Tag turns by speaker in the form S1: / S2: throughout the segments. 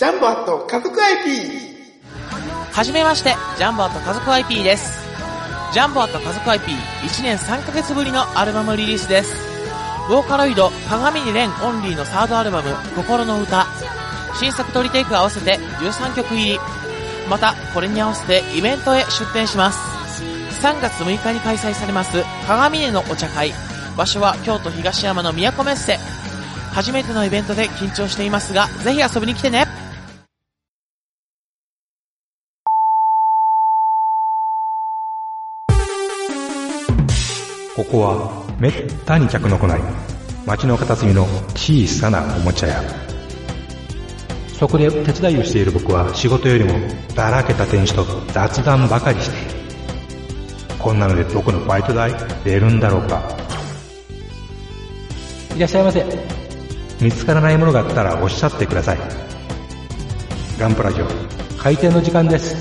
S1: ャンボアット家族 IP
S2: はじめまして、ジャンボアット家族 IP です。ジャンボアット家族 IP1 年3ヶ月ぶりのアルバムリリースです。ボーカロイド、鏡に蓮オンリーのサードアルバム、心の歌。新作トリテイク合わせて13曲入り。また、これに合わせてイベントへ出展します。3月6日に開催されます、鏡根のお茶会。場所は京都東山の都メッセ。初めてのイベントで緊張していますが、ぜひ遊びに来てね
S3: ここはめったに客の来ない町の片隅の小さなおもちゃ屋そこで手伝いをしている僕は仕事よりもだらけた店主と雑談ばかりしているこんなので僕のバイト代出るんだろうかいらっしゃいませ見つからないものがあったらおっしゃってくださいガンプラジオ開店の時間です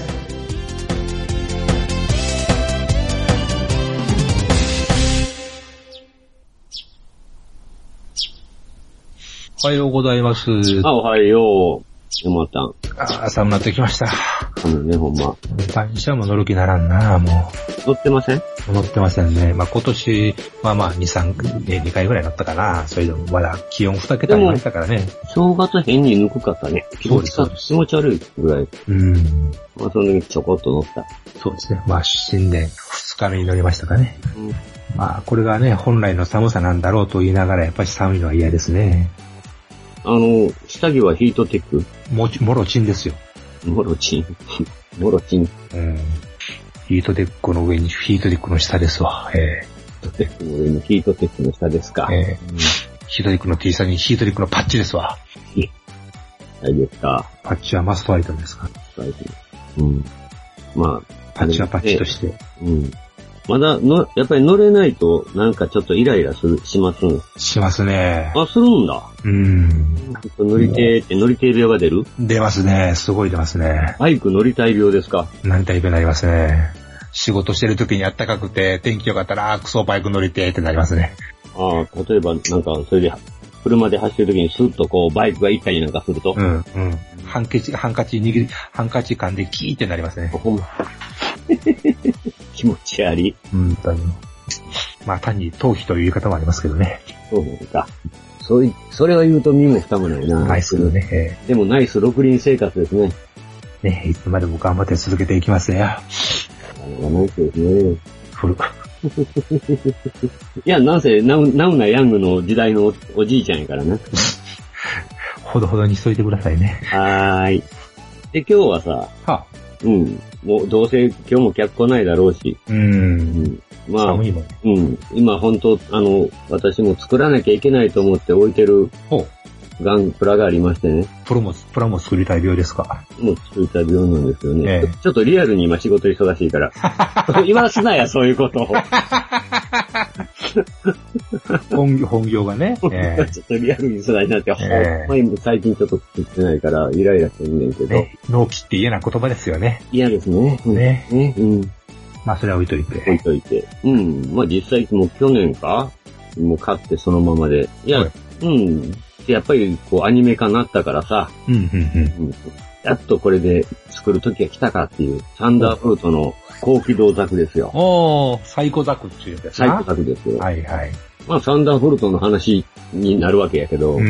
S4: おはようございます。
S5: あ、おはよう。よまたん。
S3: ああ寒くなってきました
S5: あのね、ほんま。
S3: 単車も乗る気ならんなもう
S5: 乗ってません
S3: 乗ってませんね。まあ、今年、まあまあ、2、3、ね、2回ぐらい乗ったかな。それでもまだ気温2桁になりましたからね。
S5: 正月変にぬくかったね。気持ち
S3: そう
S5: か
S3: で、
S5: 気持ち悪いぐらい。
S3: うん。
S5: まあ、その時ちょこっと乗った。
S3: そうですね。まあ、新年2日目に乗りましたかね。
S5: うん
S3: まあ、これがね、本来の寒さなんだろうと言いながら、やっぱり寒いのは嫌ですね。
S5: あの、下着はヒートテック
S3: もち、もろちんですよ。
S5: モロチン。 モロチン。ヒ
S3: うん。ヒートテックの上にヒートテックの下ですわ。え
S5: ートテックの上のヒートテックの下ですか
S3: え。ええヒートテックの T シャツにヒートテックのパッチですわ。
S5: うん。はいですか。
S3: パッチはマストアイテムですから。
S5: 大丈夫うん。まあ、
S3: パッチはパッチとして。
S5: うん。まだ、の、やっぱり乗れないと、なんかちょっとイライラする、しますん。
S3: しますね。
S5: あ、するんだ。
S3: うん。
S5: 乗りてーって、乗りてー病が出る
S3: 出ますね。すごい出ますね。
S5: バイク乗りたい病ですか
S3: なりたいくなりますね。仕事してる時にあったかくて、天気良かったら、あークソバイク乗りてーってなりますね。
S5: ああ、例えば、なんか、それで、車で走ってる時にスッとこう、バイクが行ったりなんかすると、
S3: うん、うん。ハンカチ、ハンカチ握り、ハンカチ噛んでキーってなりますね。
S5: ほんま 気持ち悪い。
S3: うん、単に。まあ単に頭皮という言い方もありますけどね。
S5: そうなんか。そうい、それは言うと身も蓋もないな。
S3: ナイスね。え
S5: でもナイス六輪生活ですね。
S3: ーね、いつまでも頑張って続けていきますよ。
S5: あのナイスですね。
S3: ふる。
S5: いや、なんせ、ナウナウナヤングの時代のおおじいちゃんやからね。
S3: ほどほどにしといてくださいね。
S5: はーい。で、今日はさ、
S3: はあ、
S5: うん。もう、どうせ今日も客来ないだろうし、
S3: う。
S5: うんん。まあ、
S3: 寒いもん。
S5: うん。今本当、あの、私も作らなきゃいけないと思って置いてる
S3: ほう。
S5: ガンプラがありましてね。
S3: プロも、プラも作りたい病ですか。
S5: もう作った病なんですよね、
S3: ええ
S5: ちょっとリアルに今仕事忙し いから。今すなや、そういうことを。
S3: 本業、本業がね。えー
S5: ちょっとリアルに忙しいなって、ほ
S3: ええ
S5: んまに最近ちょっと作ってないから、イライラしてんねんけど。
S3: ね、納期って嫌な言葉ですよね。
S5: 嫌ですね。うん
S3: ね。
S5: ね。うん。
S3: まあ、それは置いとい
S5: 置い
S3: て。
S5: といて。うん。まあ実際、もう去年かもう買ってそのままで。いや、
S3: はい
S5: うん。でやっぱり、こう、アニメ化になったからさ、
S3: うん、うん、
S5: うんやっとこれで作る時が来たかっていう、サンダーフルトの高機動ザクですよ。
S3: おー、サイコザクっていうやつです
S5: サイコ
S3: な。
S5: ザクですよ。
S3: はい、はい。
S5: まあ、サンダーフルトの話になるわけやけど、
S3: うん、うん、う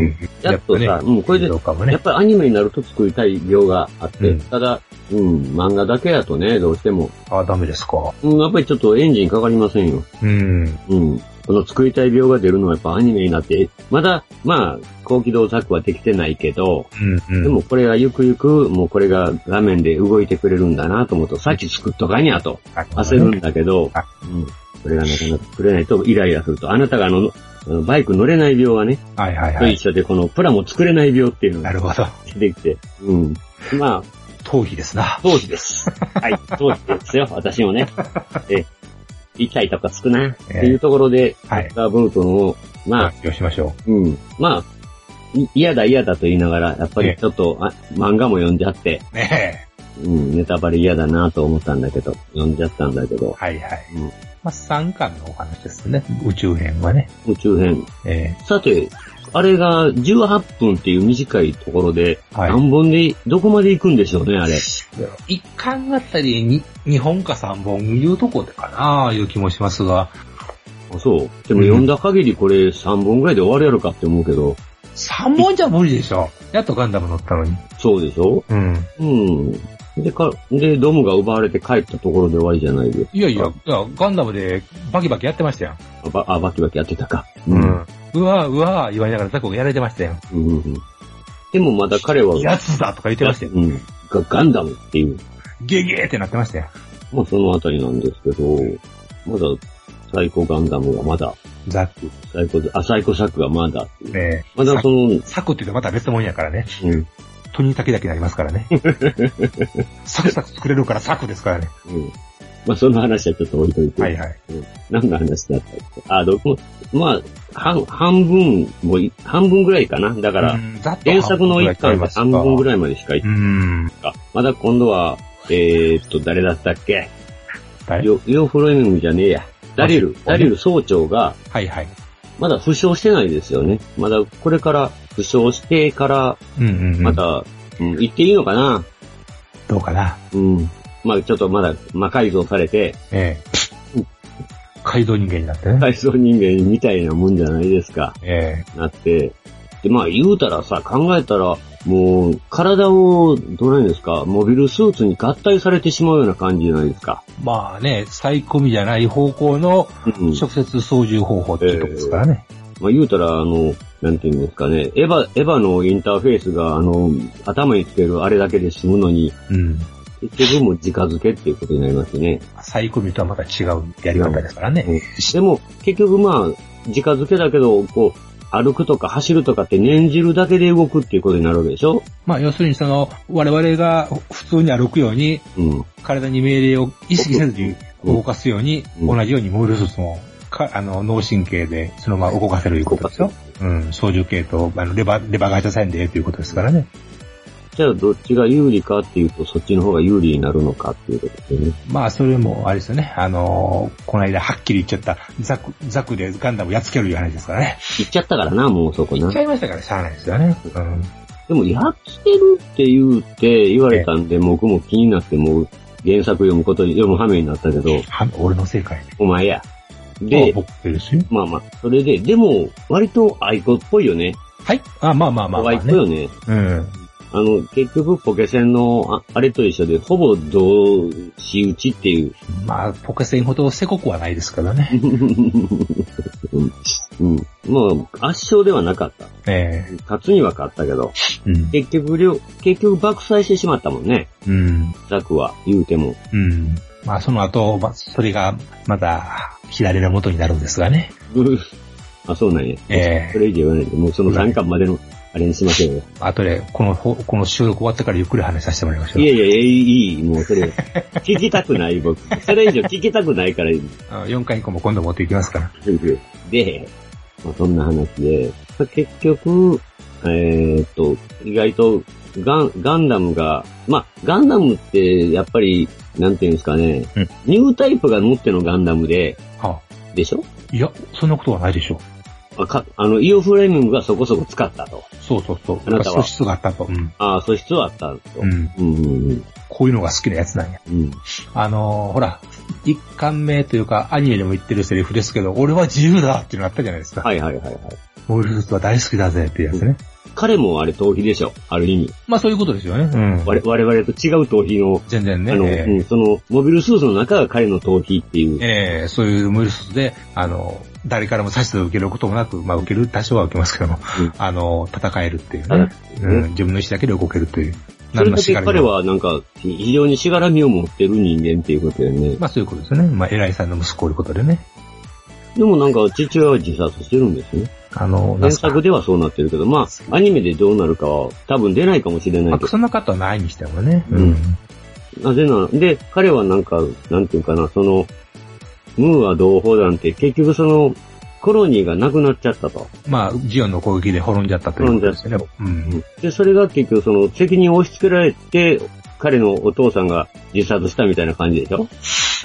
S3: ん。
S5: やっとさ、
S3: やっぱね
S5: うん、これで、
S3: どうかも
S5: や
S3: ね
S5: っ。ぱりアニメになると作りたい量があって、
S3: うん
S5: ただ、うん、漫画だけやとね、どうしても、
S3: あ、ダメですか。
S5: うん、やっぱりちょっとエンジンかかりませんよ。
S3: うん。
S5: うん。この作りたい病が出るのはやっぱアニメになって、まだ、まあ、高機動作はできてないけど、
S3: うん、うん。
S5: でもこれがゆくゆく、もうこれが画面で動いてくれるんだなと思うと、さっき作っとかにゃと。
S3: あ、
S5: 焦るんだけど
S3: あ、
S5: うん。それがなかなか作れないとイライラすると、あなたがあの、あのバイク乗れない病はね、
S3: はい、はい、
S5: と
S3: はい。
S5: 一緒でこのプラも作れない病っていうの
S3: な
S5: が
S3: るほど。
S5: 出てきて、うん。まあ、
S3: 頭皮ですな。
S5: 当 時です。はい、当時ですよ、私もね。え、痛いとか少ないっていうところで、
S3: はい
S5: ダーボルトの、まあ、
S3: 発表しましょ
S5: うん、まあ、い嫌だ嫌だと言いながら、やっぱりちょっと、あ漫画も読んじゃって、
S3: う。ねえ。
S5: うん、ネタバレ嫌だなと思ったんだけど、読んじゃったんだけど、
S3: はい、はい。
S5: うん
S3: まあ、3巻のお話ですね。宇宙編はね。
S5: 宇宙編。
S3: え
S5: さて、あれが18分っていう短いところで、
S6: はい
S5: 何本で、どこまで行くんでしょうね、あれ。
S3: 一巻あたりに2本か3本いうとこでかなあいう気もしますが、
S5: あそう。でも読んだ限りこれ3本ぐらいで終わるやろかって思うけど、
S3: 3本じゃ無理でしょ。やっとガンダム乗ったのに。
S5: そうでしょ
S6: うん。
S5: うん。で、か、で、ドムが奪われて帰ったところで終わりじゃないで。
S3: いやいや、いやガンダムでバキバキやってましたよ。
S5: あ、ばあバキバキやってたか。
S6: う。ん。
S3: うわうわ言われながらザコがやられてましたよ。
S5: うんうんうんでもまだ彼は、
S3: やつだとか言ってましたよ。
S5: うん。がガンダムっていう、
S3: ゲゲーってなってましたよ。
S5: まあそのあたりなんですけど、まだ、サイコガンダムがまだ、
S6: ざっ
S5: サイコ、あ、サイコサックがまだっていう。
S6: ね
S5: まだその、
S3: サクって言うとまた別のもんやからね。
S5: うん。
S6: トニータケだけになります からね。サクサク作れるからサクですからね。
S5: うん。まあその話はちょっと置いといて。
S6: はいはい。
S5: 何の話だったっけあ、どこ、まあ、半、半分もい、半分ぐらいかな。だから、
S3: うんざっと
S5: 原作の一巻で半分ぐ
S3: い。
S5: らいまでしか行
S6: う
S5: っ
S6: ん。
S5: た。まだ今度は、えーっと、誰だったっけ
S6: 誰
S5: よ、ヨーフロエミムじゃねえや。ダリル、ダリル総長が、
S3: はいはい。
S5: まだ負傷してないですよね。まだこれから、負傷してから、
S6: うんうんうん。
S5: また、うん、行っていいのかな
S6: どうかな。
S5: うん。まあちょっとまだ、魔改造されて、
S6: ええ。改造人間になってね。
S5: 改造人間みたいなもんじゃないですか。
S6: え
S5: なって、で、まあ言うたらさ、考えたら、もう、体を、どうなんですか、モビルスーツに合体されてしまうような感じじゃないですか。
S3: まあね、再込みじゃない方向の
S5: うん。
S3: 直接操縦方法っていうとこですからね。
S5: まあ言うたら、あの、なんていうんですかね、エヴァ、エヴァのインターフェースが、あの、頭につけるあれだけで済むのに、
S6: え。うん。
S5: 結局もう直付けっていうことになりますね。
S3: 再込みとはまた違うやり方ですからね。
S5: でも、結局まあ、直付けだけど、こう、歩くとか走るとかって念じるだけで動くっていうことになるわけでしょ
S3: まあ要するにその、我々が普通に歩くように、
S5: うん。
S3: 体に命令を意識せずに
S5: うん
S3: 動かすように、
S5: うん
S3: 同じようにモールスーツも、かあの、脳神経でそのまま動かせるということですよ。うん、操縦系と、あの、レバー、レバーが入った線でということですからね。
S5: じゃあ、どっちが有利かっていうと、そっちの方が有利になるのかっていうことですよね。
S3: まあ、それも、あれですよね。あのーこの間はっきり言っちゃった、ザク、ザクでガンダムやっつけるいう話ですからね。
S5: 行っちゃったからな、もうそこ
S3: 言
S5: な
S3: っち。ゃいましたから、しゃあないですよね。うん。
S5: でも、やってるって言うて言われたんで、僕も気になって、もう原作読むこと、読む羽目になったけど、
S3: は俺の正解
S5: お前や。
S3: で。
S5: で
S3: あ、僕ですよ。
S5: まあまあ、それで、でも、割と愛子っぽいよね。
S3: はい。あ、まあまあまあ、ま
S5: 愛
S3: あ
S5: 子
S3: ね。
S5: よね。
S3: うん。
S5: あの、結局、ポケセンの、ああれと一緒で、ほぼ同士打ちっていう。
S3: まあ、ポケセンほどせこくはないですからね。
S5: うん。まあ、圧勝ではなかった。
S3: え
S5: 勝つには勝ったけど。
S3: えうん。
S5: 結局りょう、結局爆砕してしまったもんね。
S3: うん。
S5: ザクは、言うても。
S3: うん。まあ、その後、まあ、それが、まだ、左の元になるんですがね。
S5: うふあ、そうなんや。
S3: え
S5: それ以上言わないで、もうその3巻までの、あれにしましょうよ。
S3: えあとで、この、ほこの収録終わってからゆっくり話させてもらいましょう
S5: い。やいや、いい、いい、もうそれ、聞きたくない、僕。それ以上聞きたくないから、
S3: あ4回以降も今度持っていきますから。
S5: で、まあ、そんな話で、まあ結局、えーっと、意外とガン、ガンダムが、まあ、ガンダムって、やっぱり、なんていうんですかね、
S3: うん
S5: ニュータイプが持ってのガンダムで、
S3: はあ、
S5: でしょ
S3: いや、そんなことはないでしょう。
S5: あかあの、イオフレーミングがそこそこ使ったと。
S3: そうそうそう。
S5: あなたは
S3: やっぱ素質があったと。うん。
S5: ああ、素質はあったと。
S3: うん。
S5: うん。うん。
S3: こういうのが好きなやつなんや。
S5: うん。
S3: あのーほら、一巻目というか、アニメでも言ってるセリフですけど、俺は自由だっていうのあったじゃないですか。
S5: はいはいはいはい。
S3: モールスーツは大好きだぜっていうやつね。
S5: 彼もあれ、逃避でしょ。ある意味。
S3: まあそういうことですよね。うん。
S5: 我我々と違う逃避の、
S3: 全然ね。
S5: あの、
S3: え
S5: うん、その、モビルスーツの中が彼の逃避っていう。
S3: えええそういうモールスーツで、あの、誰からも指図を受けることもなく、まあ受ける、多少は受けますけども、
S5: うん
S3: あの、戦えるっていう
S5: ただ
S3: ね。うん、自分の意思だけで動けるという。
S5: それだ
S3: し
S5: け
S3: がらみ
S5: 彼
S3: も
S5: はなんか、非常にしがらみを持ってる人間っていうことよね。
S3: まあそういうことですよね。まあ偉いさんの息子ということでね。
S5: でもなんか、父親は自殺してるんですね。
S3: あの、
S5: 原作
S3: で。
S5: ではそうなってるけど、まあ、アニメでどうなるかは多分出ないかもしれな
S3: ま
S5: い
S3: あ
S5: け
S3: そんな方はないにしてもね。
S5: うんど、なぜなら、で、彼はなんか、なんていうかな、その、ムーア同胞団って結局その、コロニーがなくなっちゃったと。
S3: まあ、ジオンの攻撃で滅んじゃったということですよね。うん。
S5: で、それが結局その、責任を押し付けられて、彼のお父さんが自殺したみたいな感じでしょ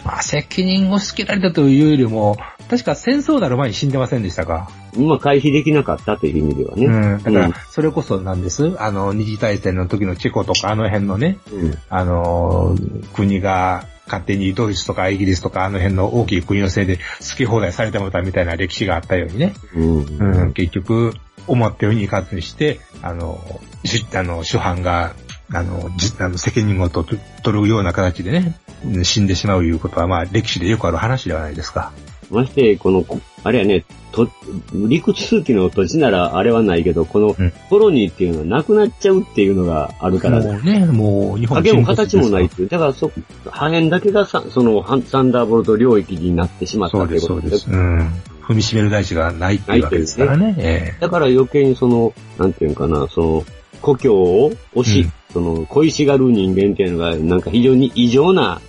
S3: まあ、責任を押し付けられたというよりも、確か戦争になる前に死んでませんでしたか
S5: まあ回避できなかったという意味ではね。
S3: うん。だか
S5: う
S3: ら、
S5: ん
S3: それこそなんです。あの、二次大戦の時のチェコとかあの辺のね、
S5: うん。
S3: あの、国が勝手にドイツとかイギリスとかあの辺の大きい国のせいで好き放題されたもたみたいな歴史があったようにね。
S5: うん。
S3: うん、結局、思ったようにいかずにして、あの、しあの、主犯が、あの、じあの責任をと取るような形でね、うん死んでしまういうことは、まあ、歴史でよくある話ではないですか。
S5: まして、この、こあれやね、と、陸続きの土地ならあれはないけど、この
S3: うん
S5: コロニーっていうのはなくなっちゃうっていうのがあるから、
S3: もうね、もう、日本
S5: 影も形もないいっていう。だからそ、破片だけがさ、その、ハンサンダーボルト領域になってしまった
S3: そ
S5: っ
S3: う
S5: て
S3: で
S5: いう
S3: す、
S5: こ
S3: そ
S5: と
S3: うです。うん。踏みしめる大地がないっていうわけですからね。ええ
S5: だから余計にその、なんていうのかな、その、故郷を推し、
S3: うん
S5: その、恋しがる人間っていうのが、なんか非常に異常な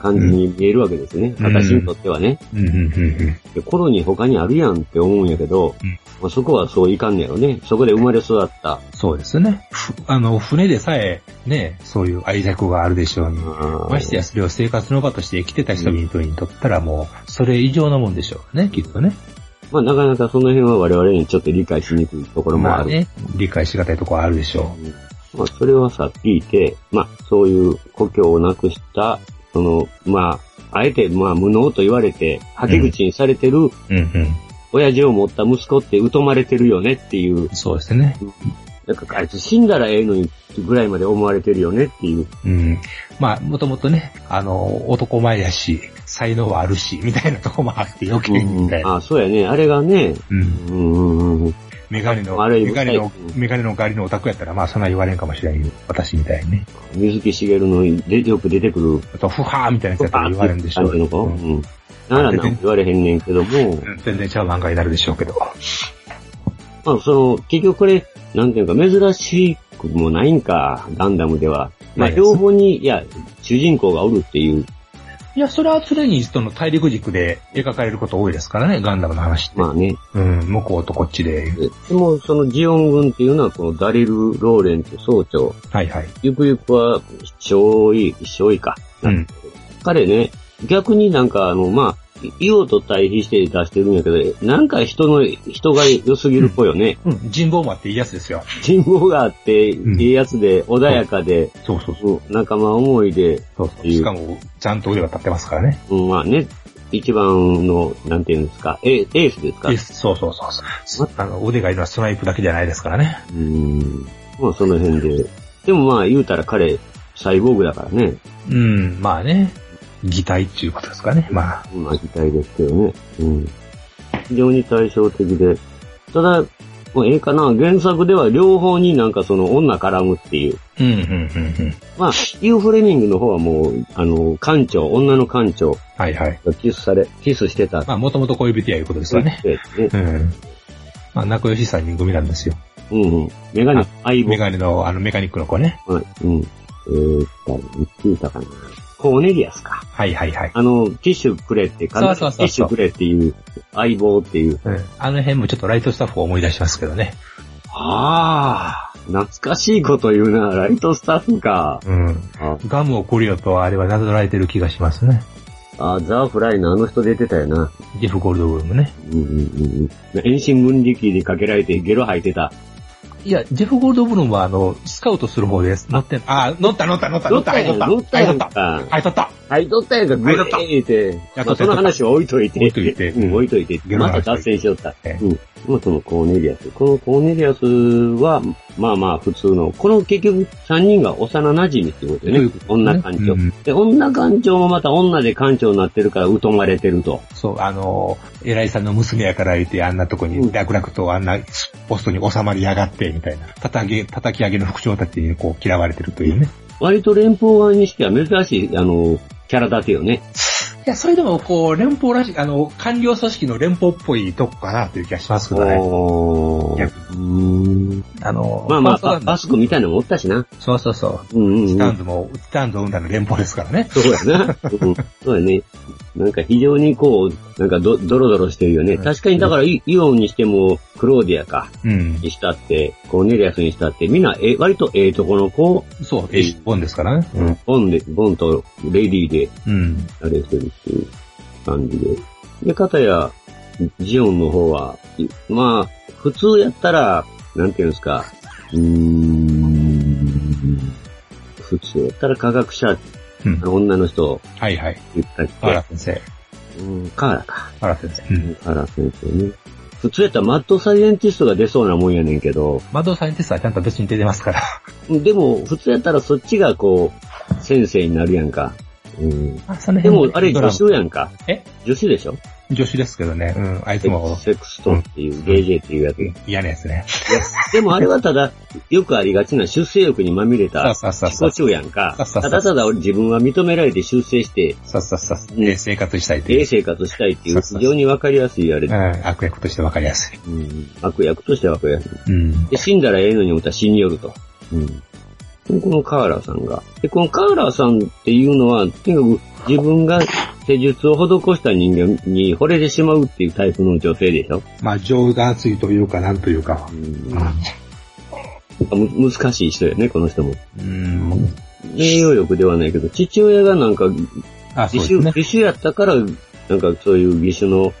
S5: 感じに見えるわけですね。
S3: うん
S5: 私にとってはね。
S3: うん、うん、うん
S5: でコロニー他にあるやんって思うんやけど、
S3: うん
S5: まあ、そこはそういかんねやろね。そこで生まれ育った。
S3: うん。そうですね。ふあの、船でさえ、ね、そういう愛着があるでしょうに。ましてやそれを生活の場として生きてた人々にとったらもう、それ以上のもんでしょうね、きっとね。
S5: まあ、なかなかその辺は我々にちょっと理解しにくいところもあ
S3: ま
S5: る。
S3: あね、理解しがたいところはあるでしょ
S5: まあ、それはさっき言って、まあ、そういう故郷をなくした、その、まあ、あえて、まあ、無能と言われて、はけ口にされてる、
S3: う。うんうん。
S5: 親父を持った息子って疎まれてるよねっていう、
S3: そうですね。
S5: なんか、あいつ死んだらええのに、ぐらいまで思われてるよねっていう。
S3: うん。まあ、もともとね、あの、男前やし、才能はあるし、みたいなとこもあって余計にみたいな。
S5: あ、そうやね。あれがね、
S3: うん。
S5: うんうんうん。
S3: メガネの、
S5: あれ
S3: メガネの
S5: う、ん
S3: メガネのガリのオタクやったら、まあ、そんな言われんかもしれんよ。私みたいにね。
S5: 水木しげるのでよく出てくる、
S3: あと、ふはーみたいなやつやったら言われんでしょう
S5: なん
S3: よ。
S5: ていうのか
S3: うん
S5: うん。ならなんか言われへんねんけども、
S3: うん全然ちゃう漫画になるでしょうけど。
S5: まあ、その、結局これ、なんていうか、珍しくもないんか、ガンダムでは。ま
S3: な
S5: あ、
S3: いです
S5: 標本に、いや、主人公がおるっていう、
S3: いや、それは常にその大陸軸で描かれること多いですからね、ガンダムの話って。
S5: まあね。
S3: うん、向こうとこっちで。
S5: ででも、そのジオン軍っていうのは、このダリル・ローレント総長、
S3: はいはい。
S5: ゆくゆくは、少尉、少尉か。
S3: うん。
S5: 彼ね、逆になんか、あの、まあ、イオと対比して出してるんやけど、なんか人の、人が良すぎるっぽいよね。
S3: うん、人望もあっていいやつですよ。
S5: 人望があって、い
S3: うん
S5: いやつで、穏やかで、
S3: そうそうそう。
S5: うん仲間思いで、
S3: そう
S5: っ
S3: そ
S5: て
S3: う
S5: いう
S3: しかも、ちゃんと腕は立ってますからね。
S5: うん、まあね、一番の、なんていうんですか、エエースですか
S3: でそうそうそうそう。あの、腕がいるのはスナイプだけじゃないですからね。
S5: うん。まあその辺で。でもまあ言うたら彼、サイボーグだからね。
S3: うん、まあね。擬態っていうことですかね。まあ。
S5: まあ期待ですけどね。うん。非常に対照的で。ただ、もうええかな、原作では両方になんかその女絡むっていう。
S3: うん、うん、うん、うん。
S5: まあ、ユーフレミングの方はもう、あの、館長、女の館長
S3: はいはい。
S5: がキスされ、キスしてたって
S3: まあ、もともと恋人やいうことですわね。
S5: 言ってね。
S3: うん。まあ、仲良し3人組なんですよ。
S5: うんうん。メガネ、相棒
S3: メ。ガネの、あの、メカニックの子ね。
S5: はい。うん。えーっと、いつ言ったかな。コーネリアスか。
S3: はいはいはい。
S5: あの、ティッシュくれって、
S3: そうそうそうそう
S5: ティッシュくれっていう、相棒っていう。
S3: うん。あの辺もちょっとライトスタッフを思い出しますけどね。
S5: ああ、懐かしいこと言うな、ライトスタッフか。
S3: うん。
S5: あ
S3: ガムをくるよとあれはなぞられてる気がしますね。
S5: あ、ザ・フライのあの人出てたよな。
S3: ジェフ・ゴールドブルムね。
S5: うんうんうんうん。遠心分離機にかけられてゲロ吐いてた。
S3: いや、ジェフ・ゴールドブルムは、あの、スカウトする方です。乗ってん、あ、乗った乗った乗った乗った、はい乗った、
S5: 乗った
S3: はい乗
S5: や
S3: っ
S5: ん
S3: た、
S5: か。
S3: はい乗った。
S5: はい、乗ったやんか、グレー言うて。
S3: やっとった
S5: まあその話は置いといて。
S3: 置いといて
S5: うん、置いといて。
S3: ゲロ
S5: ま
S3: 吐
S5: た
S3: いて
S5: 脱線しよった。
S3: え
S5: うん。まあそのコーネリアス。このコーネリアスは、まあまあ普通の、この結局3人が幼馴染っていうこと
S3: そう
S5: よ
S3: い
S5: ね
S3: うこ。
S5: 女館長。
S3: うん
S5: で、女館長もまた女で館長になってるから疎まれてると。
S3: そう、あの、偉いさんの娘やから言って、あんなとこ
S5: う
S3: に、
S5: ん
S3: 楽々とあんなポストに収まりやがって、みたいな。叩き、叩き上げの副長たちにこう嫌われてるというね。
S5: 割と連邦側にしては珍しい、あの、キャラ立てよね。
S3: いや、それでもこう、連邦らしい、あの、官僚組織の連邦っぽいとこかなという気がしますけどね。
S5: おー
S3: 逆
S5: うーん
S3: あの、
S5: まあまあ、
S3: ファーストガ
S5: バ
S3: ン
S5: バスクみたいなのもおったしな。
S3: ダムそうそうそう。
S5: うんうん、う
S3: ティ
S5: ん。
S3: ターンズも、ティターンズを生んだの連邦ですからね。
S5: そうやな。うんそうやね。なんか非常にこう、なんかど、ドロドロしてるよね。
S3: うん
S5: 確かにだからイイオンにしても、クローディアか、
S3: うん。
S5: にしたって、コーネリアスにしたって、みんな、え、割とええとこの子、
S3: そう、エシボンですからね。うん。
S5: ボンで、ボンとレディーで、
S3: うん。
S5: あれしてるっていう感じで。で、かたや、ジオンの方は、いまあ、普通やったら、なんていうんですか、うーん、普通やったら科学者、
S3: うん
S5: 女の人、
S3: はいはい。
S5: 言ったっ
S3: あら
S5: け、
S3: 先生。
S5: うん、カーラか。
S3: あら先生。うん。
S5: カーラ先生ね。普通やったらマッドサイエンティストが出そうなもんやねんけど、
S3: マドサイエンティストはちゃんと別に出てますから。
S5: でも、普通やったらそっちがこう、先生になるやんか。うん。
S3: あ、その
S5: でも、 あれ
S3: ド
S5: 女
S3: ラ
S5: 子やんか。
S3: え
S5: 女子でしょ
S3: マ女子ですけどね。うん。あいつ
S5: セ
S3: も
S5: ックストンっていう、JJ っていうやつ。
S3: 嫌なやつね。
S5: でもあれはただ、よくありがちな出世欲にまみれた、
S3: さあさあ
S5: 自
S3: さあ
S5: 己中やんか。
S3: そうそうそう
S5: ただただ俺自分は認められて修正して、
S3: さあさあさあ。で、生活したいって
S5: え
S3: い
S5: え
S3: う。
S5: 生活したいってい、
S3: そううそうそう
S5: 非常にわかりやすいあれ
S3: うん。。悪役としてわかりやすい。
S5: うん悪役としてはわかりやすい。
S3: うん。
S5: で、死んだらええのに思ったら死によると。うん。このカーラーさんが。で、このカーラーさんっていうのは、とにかく自分が施術を施した人間に惚れてしまうっていうタイプの女性でしょ
S3: まあ、情が熱いというか、なんというか。
S5: む難しい人やね、この人も。
S3: うん。
S5: 栄養力ではないけど、父親がなんか、
S3: あ、そう
S5: 義
S3: です
S5: 手、
S3: ね。
S5: 義手やったから、なんかそういう義手の、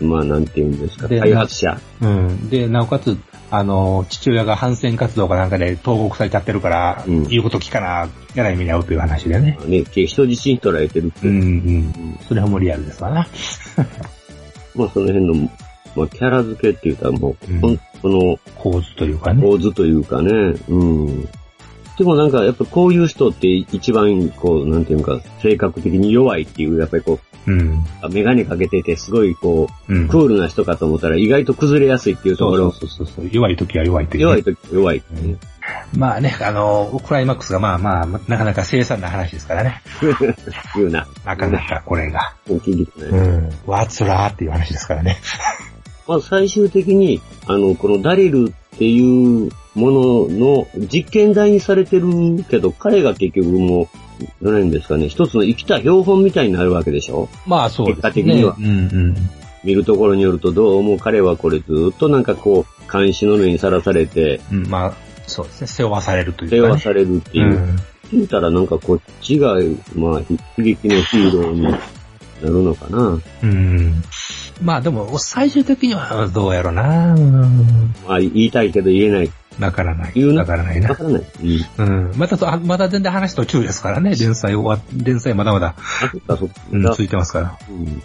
S5: まあなんて言うんですか、
S3: で
S5: 開発者。
S3: うん。で、なおかつ、あの、父親が反戦活動かなんかで投獄されちゃってるから、
S5: うん
S3: 言うこと聞かな、やらい目に遭うという話でね。
S5: ね、人質に取られてるって
S3: う
S5: い
S3: んう
S5: う。
S3: ん。
S5: うん
S3: それはもうリアルですわな。
S5: まあその辺の、まあキャラ付けっていうかもう、
S3: うん
S5: ほん、この
S3: 構図というかね。
S5: 構図というかね、うん。でもなんかやっぱこういう人って一番こう、なんていうか、性格的に弱いっていう、やっぱりこ
S3: うん。
S5: う、メガネかけててすごいこ
S3: う
S5: う、
S3: ん。
S5: クールな人かと思ったら意外と崩れやすいっていう
S3: そ
S5: とこ
S3: う
S5: ろ、
S3: そうそうそう。弱い時は弱いという、
S5: 弱
S3: ね
S5: い。と弱いって いうね。
S3: まあね、あの、クライマックスがまあまあ、なかなか凄惨な話ですからね。
S5: 言うな。
S3: なかなかこれが。
S5: 大きいですね。
S3: うん。わつらーっていう話ですからね。
S5: まあ、最終的に、あの、このダリルっていうものの実験台にされてるけど、彼が結局もう、どれんですかね、一つの生きた標本みたいになるわけでしょ
S3: まあそうですね。
S5: 結果的には
S3: うんうん。
S5: 見るところによるとどうも彼はこれずっとなんかこう、監視の目にさらされて、
S3: うん、まあ、そうですね。背負わされるとい
S5: 手
S3: うか、
S5: は
S3: ね。
S5: されるっていう。聞いたらなんかこっちが、まあ、一撃のヒーローになるのかな。
S3: うん。うん。まあでも、最終的にはどうやろうな。うん
S5: まあ、言いたいけど言えない。
S3: わからない。
S5: 言うな
S3: わからない
S5: わ
S3: な。
S5: からない。うん。
S3: うん。またそう、あまだ全然話途中ですからね。連載終わ、連載まだまだ、
S5: あ、そっかそっか。
S3: うん、ついてますから。
S5: うん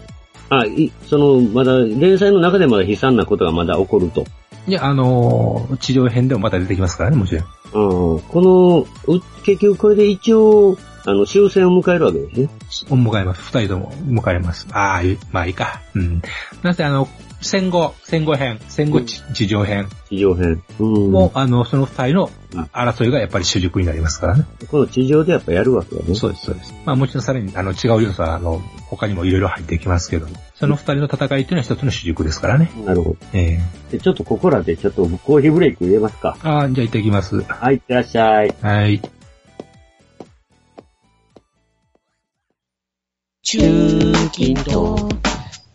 S5: あ、い、その、まだ、連載の中でまだ悲惨なことがまだ起こると。
S3: いや、あのー治療編でもまた出てきますからね、もちろん。
S5: うん。この、う結局これで一応、あの、終戦を迎えるわけですね。
S3: 迎えます。二人とも迎えます。ああ、いまあいいか。うん。なぜあの、戦後、戦後編、戦後地地上編
S5: 地上編。うん。
S3: も、あの、その二人の
S5: うん
S3: 争いがやっぱり主軸になりますからね。
S5: この地上でやっぱやるわけだね。
S3: そうです、そうです。まあもちろんさらに、あの、違う要素は、あの、他にもいろいろ入ってきますけども、その二人の戦いというのは一つの主軸ですからね。
S5: なるほど。
S3: ええ
S5: で、ちょっとここらでちょっとコーヒーブレイク入れますか。
S3: ああ、じゃあ行ってきます。
S5: はい、いってらっしゃい。
S3: はい。
S7: 中近東。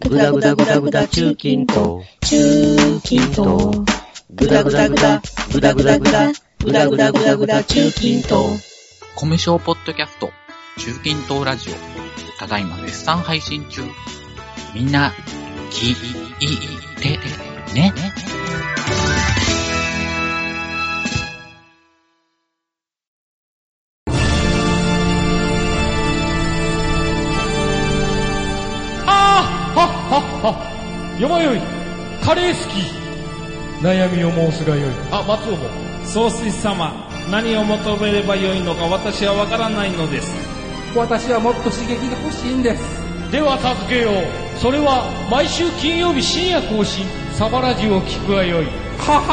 S7: ぐだぐだぐだぐだ中近東。中近東。ぐだぐだぐだ、ぐだぐだぐだ、ぐだぐだぐだぐだ中近東。
S8: 米賞ポッドキャスト、中近東ラジオ、ただいま絶賛配信中。みんな、聞いて、ね。
S9: ああはっはっは山よいカレー好き悩みを申すがよいあ松尾も
S10: 総帥様、何を求めればよいのか私はわからないのです。
S9: 私はもっと刺激が欲しいんですでは助けようそれは毎週金曜日深夜更新サバラジを聞くがよいははーは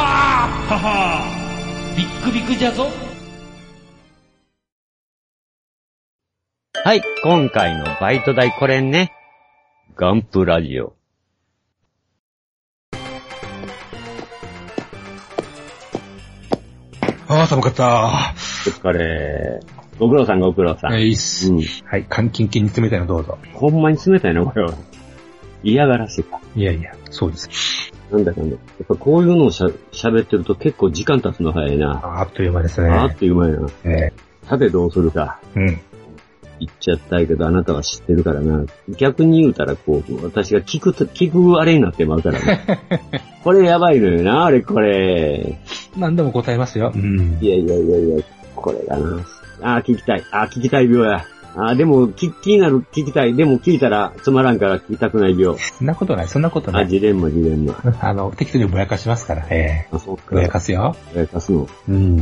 S9: はービックビックじゃぞ
S5: はい、今回のバイト代これね。ガンプラジオ。
S3: ああ、寒かった。
S5: お疲れ。ご苦労さん、ご苦労さん。
S3: はい、いいっす。
S5: うん。
S3: はい、缶キンキンに冷たいのどうぞ。
S5: ほんまに冷たいな、これは。嫌がらせか。
S3: いやいや、そうです。
S5: なんだかんだ。やっぱこういうのをしゃ喋ってると結構時間経つの早いな。
S3: あっという間です
S5: あ
S3: ね
S5: っ。という間やな。
S3: え
S5: さてどうするか。
S3: えうん。
S5: 言っちゃったいけど、あなたは知ってるからな。逆に言うたら、こう、私が聞くと、聞くあれになってまうからね。これやばいのよな、あれこれ。
S3: 何でも答えますよ。うん
S5: い。やいやいやいや、これだな。ああ、聞きたい。ああ、聞きたい病や。ああ、でも、き、気になる、聞きたい。でも聞いたらつまらんから聞きたくない病。
S3: そんなことない、そんなことな
S5: あ、
S3: い。
S5: ジレンマ、ジレンマ。
S3: あの、適当にぼやかしますから、え
S5: あ、そうか。
S3: えぼやかすよ。
S5: えー足すの。
S3: うん。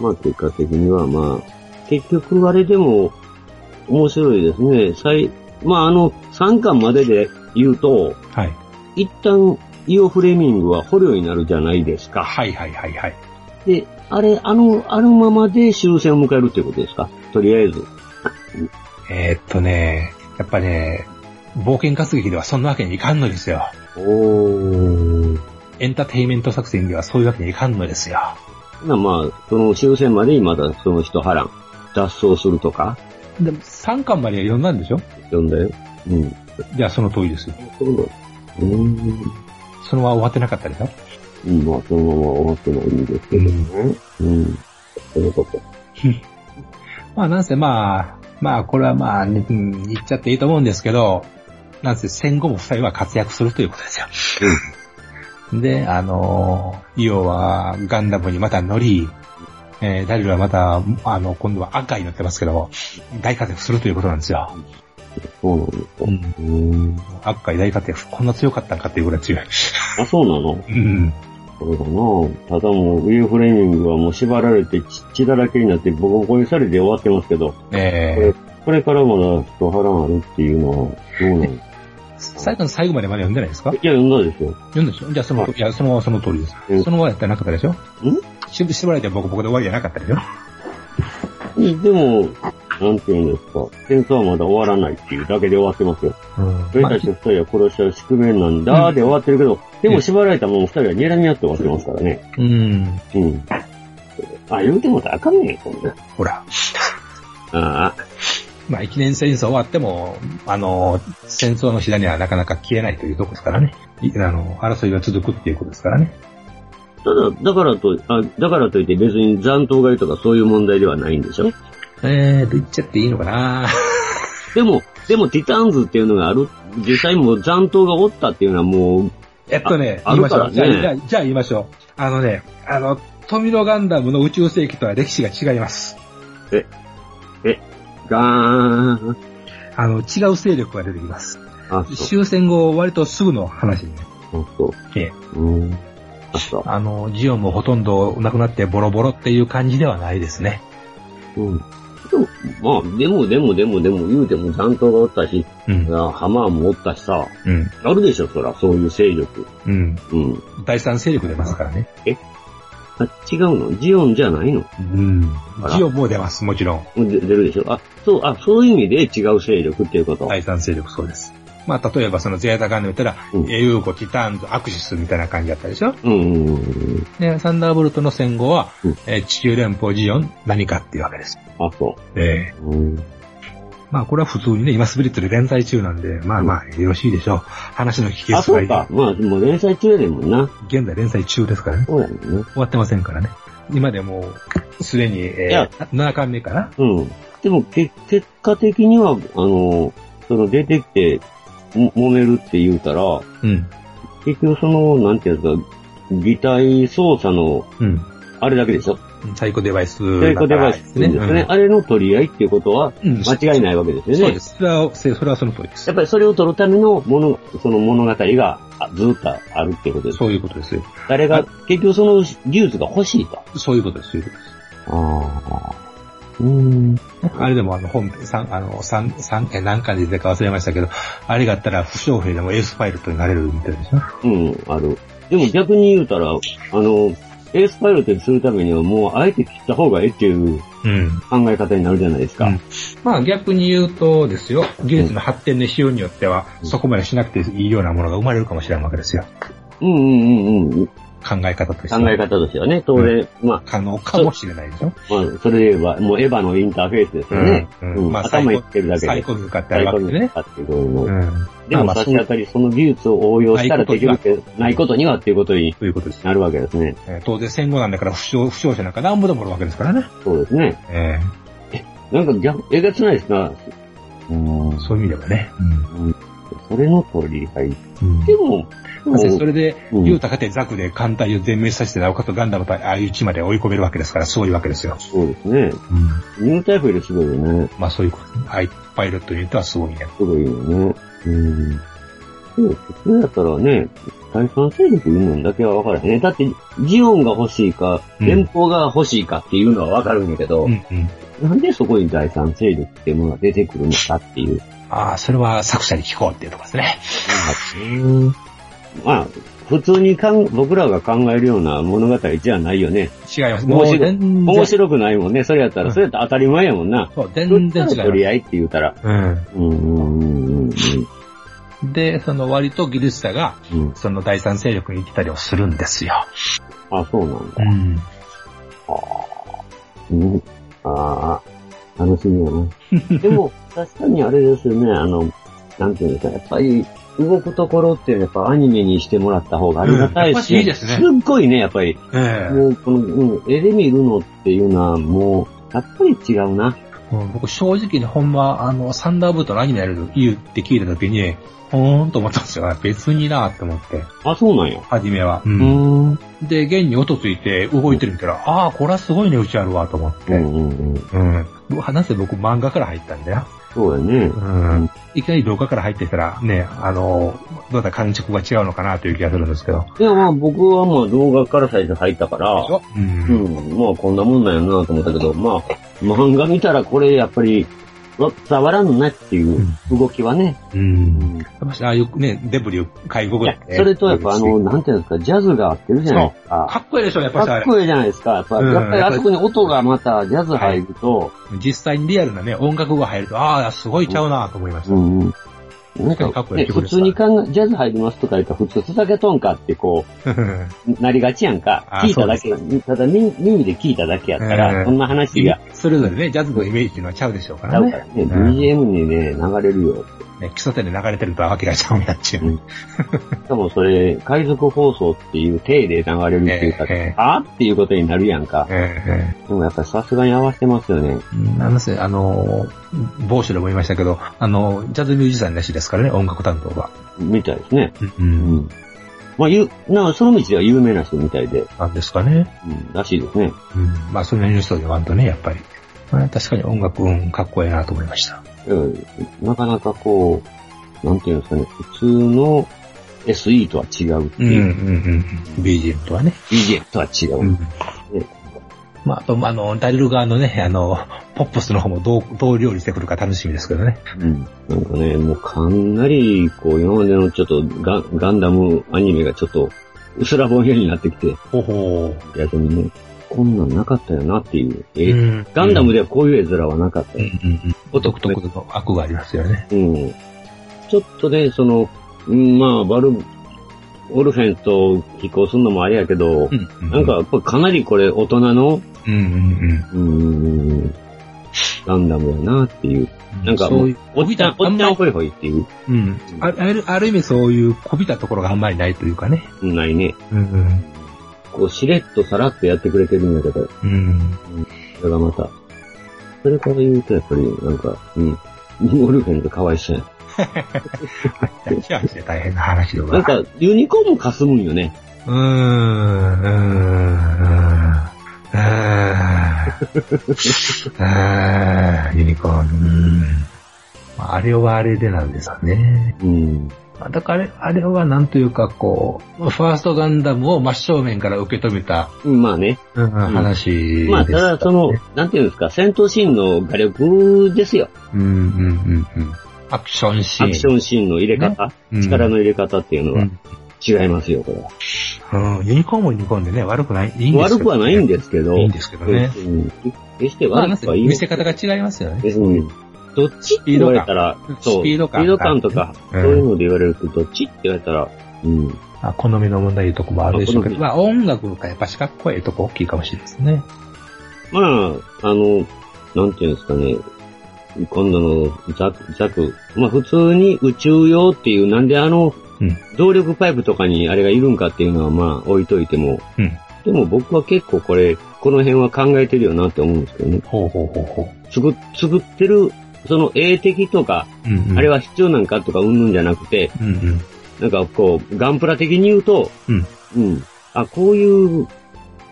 S5: まあ、結果的には、まあ、結局あれでも、面白いですね。最、まあ、あの、3巻までで言うと、
S3: はい。
S5: 一旦、イオ・フレミングは捕虜になるじゃないです
S3: あ、
S5: か。
S3: はいはいはいはい。
S5: で、あれ、あの、あのままで終戦を迎えるっていうことですかとりあえず。
S3: えーっとね、やっぱね、冒険活劇ではそんなわけにいかんのですよ。
S5: おー。
S3: エンターテイメント作戦ではそういうわけにいかんのですよ。
S5: な、まあ、その終戦までにまだその人波乱、脱走するとか、
S3: でも、3巻までは読んだんでしょ
S5: 読んだよ。うん。
S3: じゃあその通りですよ。
S5: そういうの。うーん。
S3: そのまま終わってなかったでしょ
S5: うん、まあ、そのまま終わってもいいですけどね。うん。そういうこと。
S3: まあなんせまあ、まあこれはまあ、ねうん言っちゃっていいと思うんですけど、なんせ戦後も二人は活躍するということですよ。で、あの、イオはガンダムにまた乗り、えーダリルはまた、あの、今度は赤に乗ってますけど、大活躍するということなんですよ。
S5: そうなんですか。
S3: うん。
S5: うーん。
S3: 赤い大活躍、こんな強かったんかっていうぐらい強い。
S5: あ、そうなの
S3: うん。
S5: これかなただもう、ウィル・フレミングはもう縛られて血血だらけになってボコボコにされて終わってますけど、
S3: えー
S5: ここれからまだ人腹あるっていうのはどうなのい
S3: 最後の最後までまだ読んでないですか
S5: や、読んだでしょ。
S3: 読んだでしょじゃあその、いや、そのままその通りです
S5: う。ん
S3: そのままやったらなかったでしょし縛られてボコボコで終わりじゃなかったでしょ
S5: でも、なんて言うんですか、戦争はまだ終わらないっていうだけで終わってますよ。
S3: うん
S5: 俺たち二人は殺し合う宿命なんだーで終わってるけど、でも縛られたもん二人は睨み合って終わってますからね。
S3: うん。
S5: うん。あ、言うてもたらあかんねん、こんな。
S3: ほら。
S5: ああ、
S3: まあ、一年戦争終わっても、あの、戦争の火種はなかなか消えないというとこですからね。いあの、争いが続くっていうことですからね。
S5: ただ、だからと、あ、だからといって別に残党狩りとかそういう問題ではないんでしょ
S3: えーと、言っちゃっていいのかな
S5: でも、でもティターンズっていうのがある、実際もう残党がおったっていうのはもう、
S3: えっとね、
S5: あ
S3: 言いましょ
S5: あ
S3: う。
S5: る
S3: じ
S5: か
S3: ゃ
S5: ら
S3: あ、
S5: ね
S3: じゃあじゃあ言いましょう。あのね、あの、富野ガンダムの宇宙世紀とは歴史が違います。
S5: ガーン。
S3: あの、違う勢力が出てきます。
S5: あ、そう。
S3: 終戦後、割とすぐの話になる
S5: そうそう。
S3: ええ
S5: うん。あ、そ
S3: あの、ジオンもほとんどなくなってボロボロっていう感じではないですね。
S5: う。うん。でも、まあ、でもでもでもでも言うても残党がおったし、
S3: うん。
S5: あハマーもおったしさ、
S3: うん。
S5: あるでしょ、そら、そういう勢力。
S3: うん。
S5: うん。
S3: 第三勢力出ますからね。
S5: あ、違うのジオンじゃないの
S3: うん。
S5: あら
S3: ジオンも出ます、もちろん。
S5: で出るでしょあ、そう、あ、そういう意味で違う勢力っていうこと。
S3: 第三勢力そうです。まあ、例えばそのゼータガンダム言ったら、
S5: うん
S3: エウーコ、ティターンズ、アクシスみたいな感じだったでしょ
S5: うんうんうんうん。
S3: で、サンダーボルトの戦後は、
S5: うん
S3: えー地球連邦ジオン、何かっていうわけです。
S5: あ、そ
S3: ええ
S5: う。うん。
S3: まあ、これは普通にね、今スピリットで連載中なんで、まあまあ、よろしいでしょう。話の聞き
S5: あ、
S3: やす
S5: そ
S3: がいうい
S5: か。まあ、もう連載中やねんもんな。
S3: 現在連載中ですからね。
S5: そうやねんね。
S3: 終わってませんからね。今でもう、すでに、え
S5: いや
S3: ー、7巻目かな
S5: うん。でも、け、結果的には、あの、その出てきて、も揉めるって言うたら、
S3: うん。
S5: 結局その、なんていうんですか、擬態操作の、
S3: うん。
S5: あれだけでしょ
S3: サイコデバイス。
S5: ということではですね、あれの取り合いっていうことは
S3: うん。
S5: 間違いないわけですよね。
S3: そうです。それは、それはその通りです
S5: やっ。ぱりそれを取るためのもの、その物語があずっとあるっていうことです。
S3: そういうことですよ。
S5: 誰が、結局その技術が欲しいと。
S3: そういうことです。そういうことです
S5: ああ。うん。
S3: あれでもあの本編、三、あの、三、三、え、何巻で出てか忘れましたけど、あれがあったら不祥兵でもエースパイロットになれるみたいでしょ
S5: うん、ある。でも逆に言うたら、あの、エースパイロットにするためにはもうあえて切った方がええっていう
S3: うん。
S5: 考え方になるじゃないですか。
S3: うんまあ逆に言うとですよ、技術の発展の仕様によっては、そこまでしなくていいようなものが生まれるかもしれんわけですよ。
S5: うん、うん、うん、うん。
S3: 考え方として。
S5: 考え方としてはね、当然、ま
S3: 可能かもしれないでしょ。
S5: あ、まあ、それで言えば、もうエヴァのインターフェースですよね。
S3: うんうんまあ
S5: 頭言ってるだけ
S3: サイ
S5: で。
S3: コズカってあるわけでね。
S5: サイコロになったっていうことの
S3: うん。
S5: でも、
S3: まあまあ
S5: 差し当たり、その技術を応用したらできるけど、ないことにはっていうことに
S3: ということです。
S5: なるわけですね。
S3: えー当然戦後なんだから、負傷、負傷者なんか何ぼでもおるわけですからね。
S5: そうですね。
S3: え
S5: なんか逆、えげつないですな。
S3: ーそういう意味ではね。
S5: それの取り合い。
S3: うん。
S5: でも、
S3: だって
S5: でも
S3: それで、
S5: うん
S3: ユータかてザクで艦隊を全滅させて、なおかつガンダムとああいう地まで追い込めるわけですから、そういうわけですよ。
S5: そうですね。
S3: うん。
S5: ニュータイプよりすごいよね。
S3: まあそういうこと。はい。パイロットユニットはすごいね。
S5: すごいよね。うん。でも、それだったらね、第三勢力いうのだけは分からへんね。だって、ジオンが欲しいか、
S3: うん
S5: 連邦が欲しいかっていうのは分かるんだけど、
S3: うんうん。
S5: なんでそこに第三勢力っていうものが出てくるのかっていう。
S3: ああ、それは作者に聞こうっていうとこですね。
S5: まあ、普通にかん僕らが考えるような物語じゃないよね。
S3: 違います。もう
S5: 面白い
S3: 全然。
S5: 面白くないもんね。それやった
S3: う
S5: ら、
S3: ん
S5: それやったら当たり前やもんな。
S3: そう全然違
S5: 取
S3: い
S5: り合いって言うたら。
S3: ま
S5: うんうんうんうん
S3: す。で、その割と技術者が、
S5: うん。うん、
S3: その第三勢力に行ってたりをするんですよ。
S5: あ、そうなんだ。
S3: うん。
S5: うん、ああ、楽しみや な。でも、確かにあれですよね。あの、なんていうんですか、やっぱり、動くところってやっぱアニメにしてもらった方がありがた
S3: うん
S5: いし、
S3: やっぱしいいですね
S5: っごいね、やっぱり。
S3: ええ
S5: もう、この、うん、絵で見るのっていうのはもう、やっぱり違うな。
S3: うん僕正直にほんま、あの、サンダーブートのアニメやると言うって聞いた時に、ほーんと思ったんですよ。別になーって思って、
S5: あ、そうなんや。
S3: 初めは。
S5: うーん。うん
S3: で、現に音ついて動いてるみたいな、ああ、これはすごいね、うちあるわ、と思って。
S5: う。んうん。
S3: うん。僕なんせ僕漫画から入ったんだよ。
S5: そうやね。
S3: うん。いきなり動画から入ってきたら、ね、あの、どうだったら感触が違うのかなという気がするんですけど。
S5: いや、まあ僕はまあ動画から最初入ったから、
S3: う。
S5: うんん、まあこんなもんなんやなと思ったけど、まあ漫画見たらこれやっぱり、わ伝わらんなっていう動きはね。
S3: うん。やっぱし、ああいうね、デブリを介護後
S5: い
S3: に
S5: や
S3: ね、
S5: それとやっぱあの、なんていうんですか、ジャズが合ってるじゃないです
S3: か
S5: か。
S3: っこいいでしょ、やっぱし
S5: か
S3: あ
S5: っ
S3: れ。
S5: こいいじゃないですか。やっぱ
S3: うん
S5: やっぱりあそこに音がまたジャズ入ると、
S3: 実際にリアルなね、音楽が入ると、ああ、すごいちゃうなと思いまし
S5: う
S3: た。
S5: んうん。なん
S3: かっ
S5: か、
S3: こいい
S5: ね、
S3: 曲
S5: 普
S3: です
S5: 通に考え、ジャズ入りますとか言ったら普通ふざけとんかってこ う、なりがちやんか。
S3: あ
S5: 聞いただけ、ただ耳耳で聞いただけやった
S3: う
S5: ら、
S3: ん
S5: そんな話が
S3: それぞれね、ジャズのイメージのちゃうでしょうか
S5: ち
S3: ら
S5: ゃう
S3: ね。
S5: からね、
S3: うん
S5: BGM にね、流れるよ。
S3: ね基礎点で流れてるとわけがちゃうんやっちゅう。
S5: しかもそれ、海賊放送っていう体で流れるっていうか、
S3: ええええ
S5: あーっていうことになるやんか。
S3: え
S5: でもやっぱりさすがに合わせてますよね。
S3: えなんせ、あの、某所でも言いましたけど、あの、ジャズミュージシャンらしいですからね、音楽担当は。
S5: みたいですね。
S3: う。
S5: うんん。まあ、ゆ、なんかその道では有名な人みたいで、
S3: なんですかね。
S5: うん、らしいですね。
S3: うん。まあ、それなりの人でワンとね、やっぱり。まあ確かに音楽、うん、かっこいいなと思いました。
S5: うんなかなかこう、なんていうんですかね、普通の SE とは違うって
S3: うん、うん、
S5: いうう、
S3: ん。BGM とはね。
S5: BJ とは違う。
S3: まあ、あと、まああの、ダリル側のね、あの、ポップスの方もどう、どう料理してくるか楽しみですけどね。
S5: うんなんかね、もうかなり、こう、今までのちょっとガンガンダムアニメがちょっと、うすらぼんやりになってきて、
S3: ほほ
S5: 逆にね、こんなんなかったよなっていう。え
S3: ううん
S5: ガンダムではこういう絵面はなかった
S3: うんう
S5: よ。
S3: んうん。お独特の悪がありますよね。
S5: うん。ちょっとね、その、うんまあ、バル、オルフェンと飛行するのもあれやけど、
S3: ん、
S5: なんか、やっぱかなりこれ大人の、
S3: うんうん
S5: うん、ガンダムやなっていう。
S3: うん。
S5: なんか
S3: そういう、
S5: おっちゃん、おっち
S3: あ
S5: ゃん
S3: んま
S5: ほいほいっていう。
S3: りうん。あある、ある意味そういうこびたところがあんまりないというかね。
S5: ないね。
S3: うんうん。
S5: こう、しれっとさらっとやってくれてるんだけど、
S3: うん。
S5: それがまた。それから言うと、やっぱり、なんか、うん。 オルフェンとかわいそうや
S3: キラキラして大変な話で
S5: な
S3: は。
S5: んか、ユニコーンもかすむんよね。
S3: うーん、うーん、うーん、うーん、ユニコーン、うーん。まああれはあれでなんですよね。
S5: うん。
S3: まあだからあれ、あれはなんというかこう、ファーストガンダムを真正面から受け止めた、
S5: まあね。
S3: うん、話です、
S5: まあ、ただ、その、なんていうんですか、戦闘シーンの画力ですよ。
S3: うん、うん、うん、うん。アクションシー
S5: ア
S3: ン。
S5: クションシーンの入れ方、
S3: うん
S5: 力の入れ方っていうの
S3: う
S5: は
S3: ん
S5: 違いますよ、これは。
S3: うん、ユニコーンもユニコーンでね、悪くない、いいんです
S5: 悪くはないんですけど、
S3: いいんですけどね。
S5: うん決して
S3: まあな
S5: 悪
S3: んせ
S5: くはいいよ。
S3: 見せ方が違いますよね。
S5: うんどっちって言われたら
S3: スピード感、
S5: そ
S3: ス
S5: う、
S3: ピード感
S5: スピード感とか、
S3: うん
S5: そういうので言われると、どっちって言われたら、うん。
S3: まあ、好みの問題いうとこもあるでしょうけど、
S5: ま
S3: まあ、音楽がやっぱしかっこいいとこ大きいかもしれないですね。
S5: まあ、あの、なんていうんですかね。今度のザク、ザク。まあ普通に宇宙用っていう、なんであの、
S3: うん
S5: 動力パイプとかにあれがいるんかっていうのはまあ置いといても。
S3: うん
S5: でも僕は結構これ、この辺は考えてるよなって思うんですけどね。
S3: ほうほうほうほ
S5: 作っ、作ってる、その絵的とか、
S3: う。うん、うん。
S5: あれ
S3: は、
S5: は必要なんかとかうんぬんじゃなくて、
S3: うんうん。
S5: なんかこう、ガンプラ的に言うと、
S3: うん。
S5: うん。あ、こういう、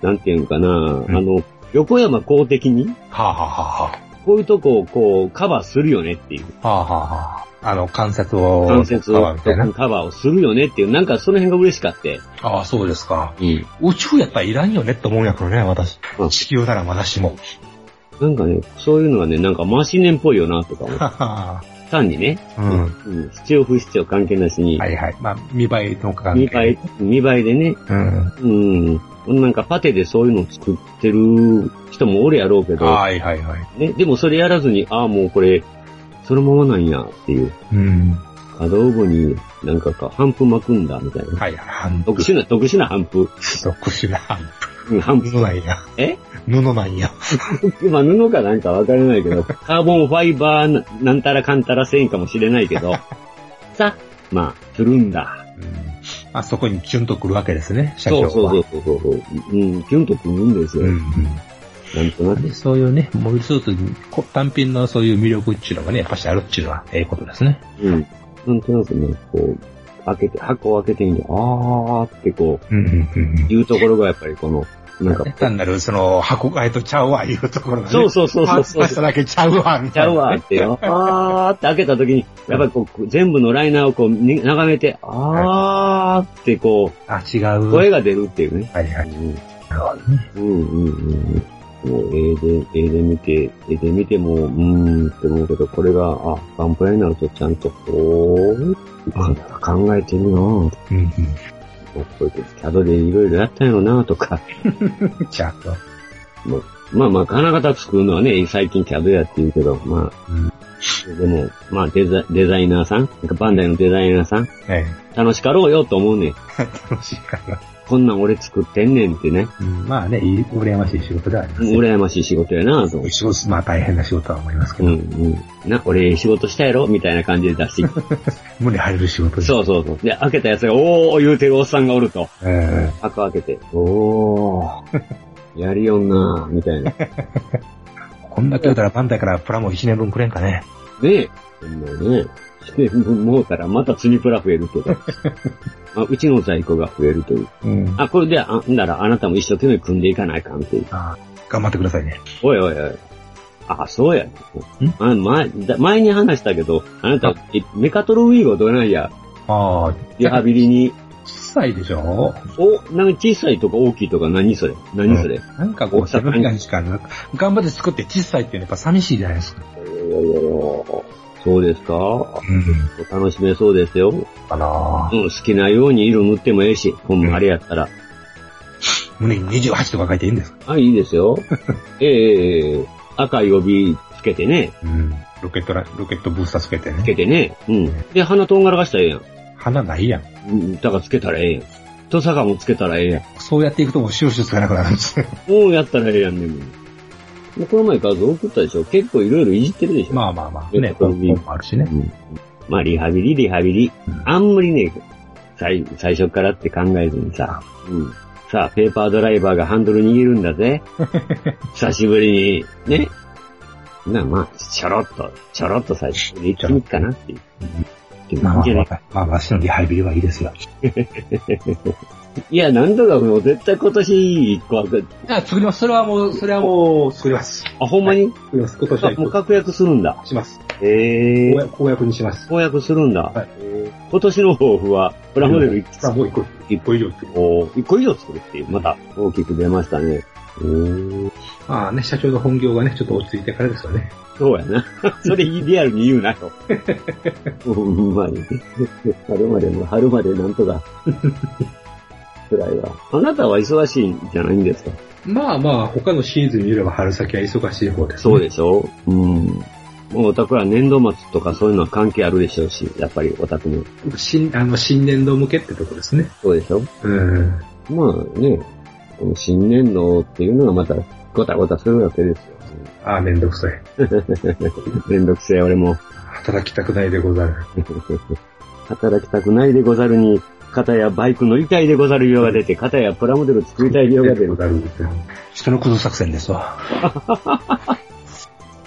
S5: なんていうのかな、
S3: ん
S5: あの、横山公的に、
S3: はあ、はあはあは
S5: こういうとこをこう、カバーするよねっていう。
S3: あ、はあはあはあ、あの、関節を、
S5: 関節
S3: カバー
S5: を
S3: みたいな。
S5: カバーをするよねっていう、なんかその辺が嬉しかって。
S3: ああ、そうですか。
S5: うん。
S3: 宇宙やっぱいらんよねって思うんやけどね、私
S5: うん。
S3: 地球ならまだし も。
S5: なんかね、そういうのがね、なんかマシネンっぽいよなとか思う
S3: はは
S5: 単にね、
S3: うん。
S5: うん。必要不必要関係なしに、
S3: はいはい。まあ、見栄えとか
S5: 見栄え、見栄えでね、
S3: うん。
S5: うん。なんかパテでそういうのを作ってる人もおるやろうけど、
S3: はいはいはい。
S5: ね、でもそれやらずに、ああ、もうこれ、そのままなんやっていう。
S3: うん。
S5: 可動部になんかか、半布巻くんだ、みたい
S3: は
S5: な。
S3: いはい。ハンプ。
S5: 特殊な、特殊な半布。
S3: 特殊なハン
S5: うん、半
S3: プ。布なんや。
S5: え
S3: 布なんや。
S5: 布。まあ、布かなんかわからないけ ど、カーボンファイバーななんたらかんたら繊維かもしれないけど、さ、まあ、するんだ。
S3: うん。あそこにキュンとくるわけですね、社長
S5: そ
S3: は。
S5: うそうそうそうそう。うん、キュンとくるんですよ。
S3: うん
S5: なんとな
S3: うん。
S5: く。
S3: で、そういうね、モビルスーツにこ単品のそういう魅力っていうのがね、やっぱしあるっていうのは、ええことですね。
S5: うん。なんとなくね、こう、開けて、箱を開けてみて、あーってこう、
S3: うんうんうん
S5: 言うところがやっぱりこの、なんか、
S3: 単なる、その、箱買いとちゃうわ、いうところがね。
S5: そうそうそうそう
S3: パーツ出しただけちゃうわ、み
S5: ち
S3: たい
S5: ゃ
S3: な。
S5: うわってよ。あーって開けた時に、やっぱりこう、全部のライナーをこう、に眺めて、あーってこ
S3: あ、違
S5: う、
S3: う。
S5: 声が出るっていうね。
S3: はいは
S5: う
S3: い。
S5: ん
S3: なるほどね。
S5: うんうんうんうん。もう、絵で、絵で見て、絵で見ても、うーんって思うけど、これが、あ、ガンプラになるとちゃんと、こう、あ考えてるなぁ。
S3: うんうん。
S5: こうやってキャドでいろいろやったんやろなとか、
S3: ちゃうと。
S5: まあまあ、金型作るのはね、最近キャドやって言うけど、ま
S3: う
S5: あ、
S3: ん
S5: でも、まあデザ、デザイナーさん、なんかバンダイのデザイナーさん、
S3: え
S5: 楽しかろうよと思うねん。
S3: え。楽しいから。
S5: こんなん俺作ってんねんってね、
S3: うんまあね、いい羨ましい仕事ではあります、ね。
S5: 羨ましい仕事やなと思う。
S3: 仕事、まあ大変な仕事は思いますけ
S5: うん
S3: ど、
S5: うん。な、俺ええ仕事したやろみたいな感じで出してきて。
S3: 胸張れる仕事です。
S5: そうそうそう。で、開けたやつが、おー言うてるおっさんがおると。
S3: う。ん。
S5: 箱開けて、おー、やりよんなみ たいな。
S3: こんだけ言うたらバンダイからプラモ1年分くれんかね。
S5: ねえ。ほんまね。して、もうたらまた積みプラ増えるけ ど。あうちの在庫が増えるという。
S3: うん。
S5: あ、これで、あ、んならあなたも一生懸命組んでいかないかんっていう。
S3: あ頑張ってくださいね。
S5: おいおいおい。あ、そうや。あ前、だ前に話したけど、あなた、えメカトロウィーゴどないや。
S3: ああ、
S5: リハビリ に。
S3: 小さいでしょ
S5: お、なんか小さいとか大きいとか何それ何それ、
S3: なんかこう、自分がしかなく、頑張って作って小さいっていうのはやっぱ寂しいじゃないですか。
S5: そうですか
S3: うん。
S5: 楽しめそうですよ。
S3: かな
S5: うん、好きなように色塗ってもええし、ほんまあれやったら。
S3: 胸に28とか書いていいんですか
S5: あ、いいですよ。ええ赤い帯つけてね、
S3: うん。ロケットラ、ロケットブースターつけて
S5: つけ
S3: ね。
S5: てね。うん。で、鼻とんがらかしたらええやん。
S3: 花ないやん。
S5: うん、だからつけたらええやん。とさかもつけたらええやん。
S3: そうやっていくともう収集つかなくなるんですよ。
S5: もうやったらええやんねもう。もうこの前画像送ったでしょ結構いろいろいじってるでしょ
S3: まあまあまあ。ね、本もあるしね
S5: う。ん。まあ、リハビリ、リハビリ。あんまりね、最、最初からって考えずにさ、うん。さあ、ペーパードライバーがハンドル握るん だぜ。久しぶりに、ね。な、まあ、ちょろっと、ちょろっと最初に行ってみっかなっていう。でも
S3: まあ
S5: いいん
S3: まあ
S5: じ
S3: まあ
S5: ゃない、
S3: まあ、私のリハビリはいいですよ。
S5: いや、何度かもう絶対今年一個は、
S3: あ、作ります。それはもう、それはもう、作ります。
S5: あ、ほんまに、
S3: 作ります。今年
S5: あ
S3: は一
S5: もう
S3: 個
S5: 確約するんだ。
S3: します。
S5: へえ
S3: 公。約公約にします。
S5: 公約するんだ。
S3: はい
S5: へー今年の抱負は、プラモデルいくつ
S3: あもう一個、一個以上作る。
S5: お一個以上作るっていう、また大きく出ましたね。うーん。
S3: まあね、社長の本業がね、ちょっと落ち着いてからですよね。
S5: そうや な。それリアルに言うなよ。ほんまに。春までの、春までなんとか。辛いわ。あなたは忙しいんじゃないんですか
S3: まあまあ、他のシーズン見れば春先は忙しい方です、
S5: そうでしょうん。もうオタクは年度末とかそういうのは関係あるでしょうし、やっぱりオタクも。
S3: 新、あの、新年度向けってとこですね。
S5: そうでしょ
S3: うん。
S5: まあね、この新年度っていうのがまた、ごたごたするわけです よ。
S3: ああ、めんどくさい。
S5: めんどくせえ俺も。
S3: 働きたくないでござる。
S5: 働きたくないでござるに、片やバイク乗りたいでござるよが出て、片やプラモデル作りたいよが出
S3: で
S5: る
S3: ご。ざる。人のこと作戦ですわ。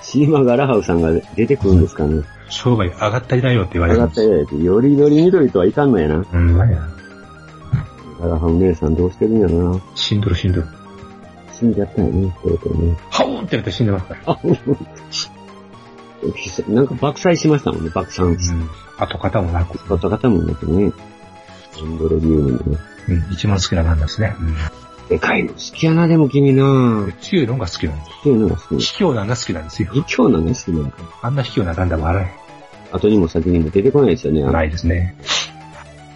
S5: シーマガラハウさんが出てくるんですかね。
S3: 商売上がったりないよって言われ
S5: 上
S3: る
S5: が
S3: んで
S5: った
S3: す。
S5: よやつ。よりより緑とはいかんのやな。
S3: うん、まや。
S5: ガラハウ姉さんどうしてるんやろな。
S3: 死んどる死んどる。
S5: 死んじゃったよね、とうとうね。
S3: ハオーってやったら死んでますから。
S5: なんか爆災しましたもんね、爆散。
S3: うん。跡形もなく。
S5: バタ方もなくね。エンドロビウムのね。
S3: うん、一番好きな漫画ですね。
S5: でかいの好きやな、でも君な
S3: うん。強いのが好きなんです。
S5: っていうのが好き。
S3: 卑怯なんが好きなんですよ。
S5: 卑怯なの好きなのか。
S3: あんな卑怯なガンダムはあらへ
S5: 後にも先にも出てこないですよね。
S3: ん。ないですね。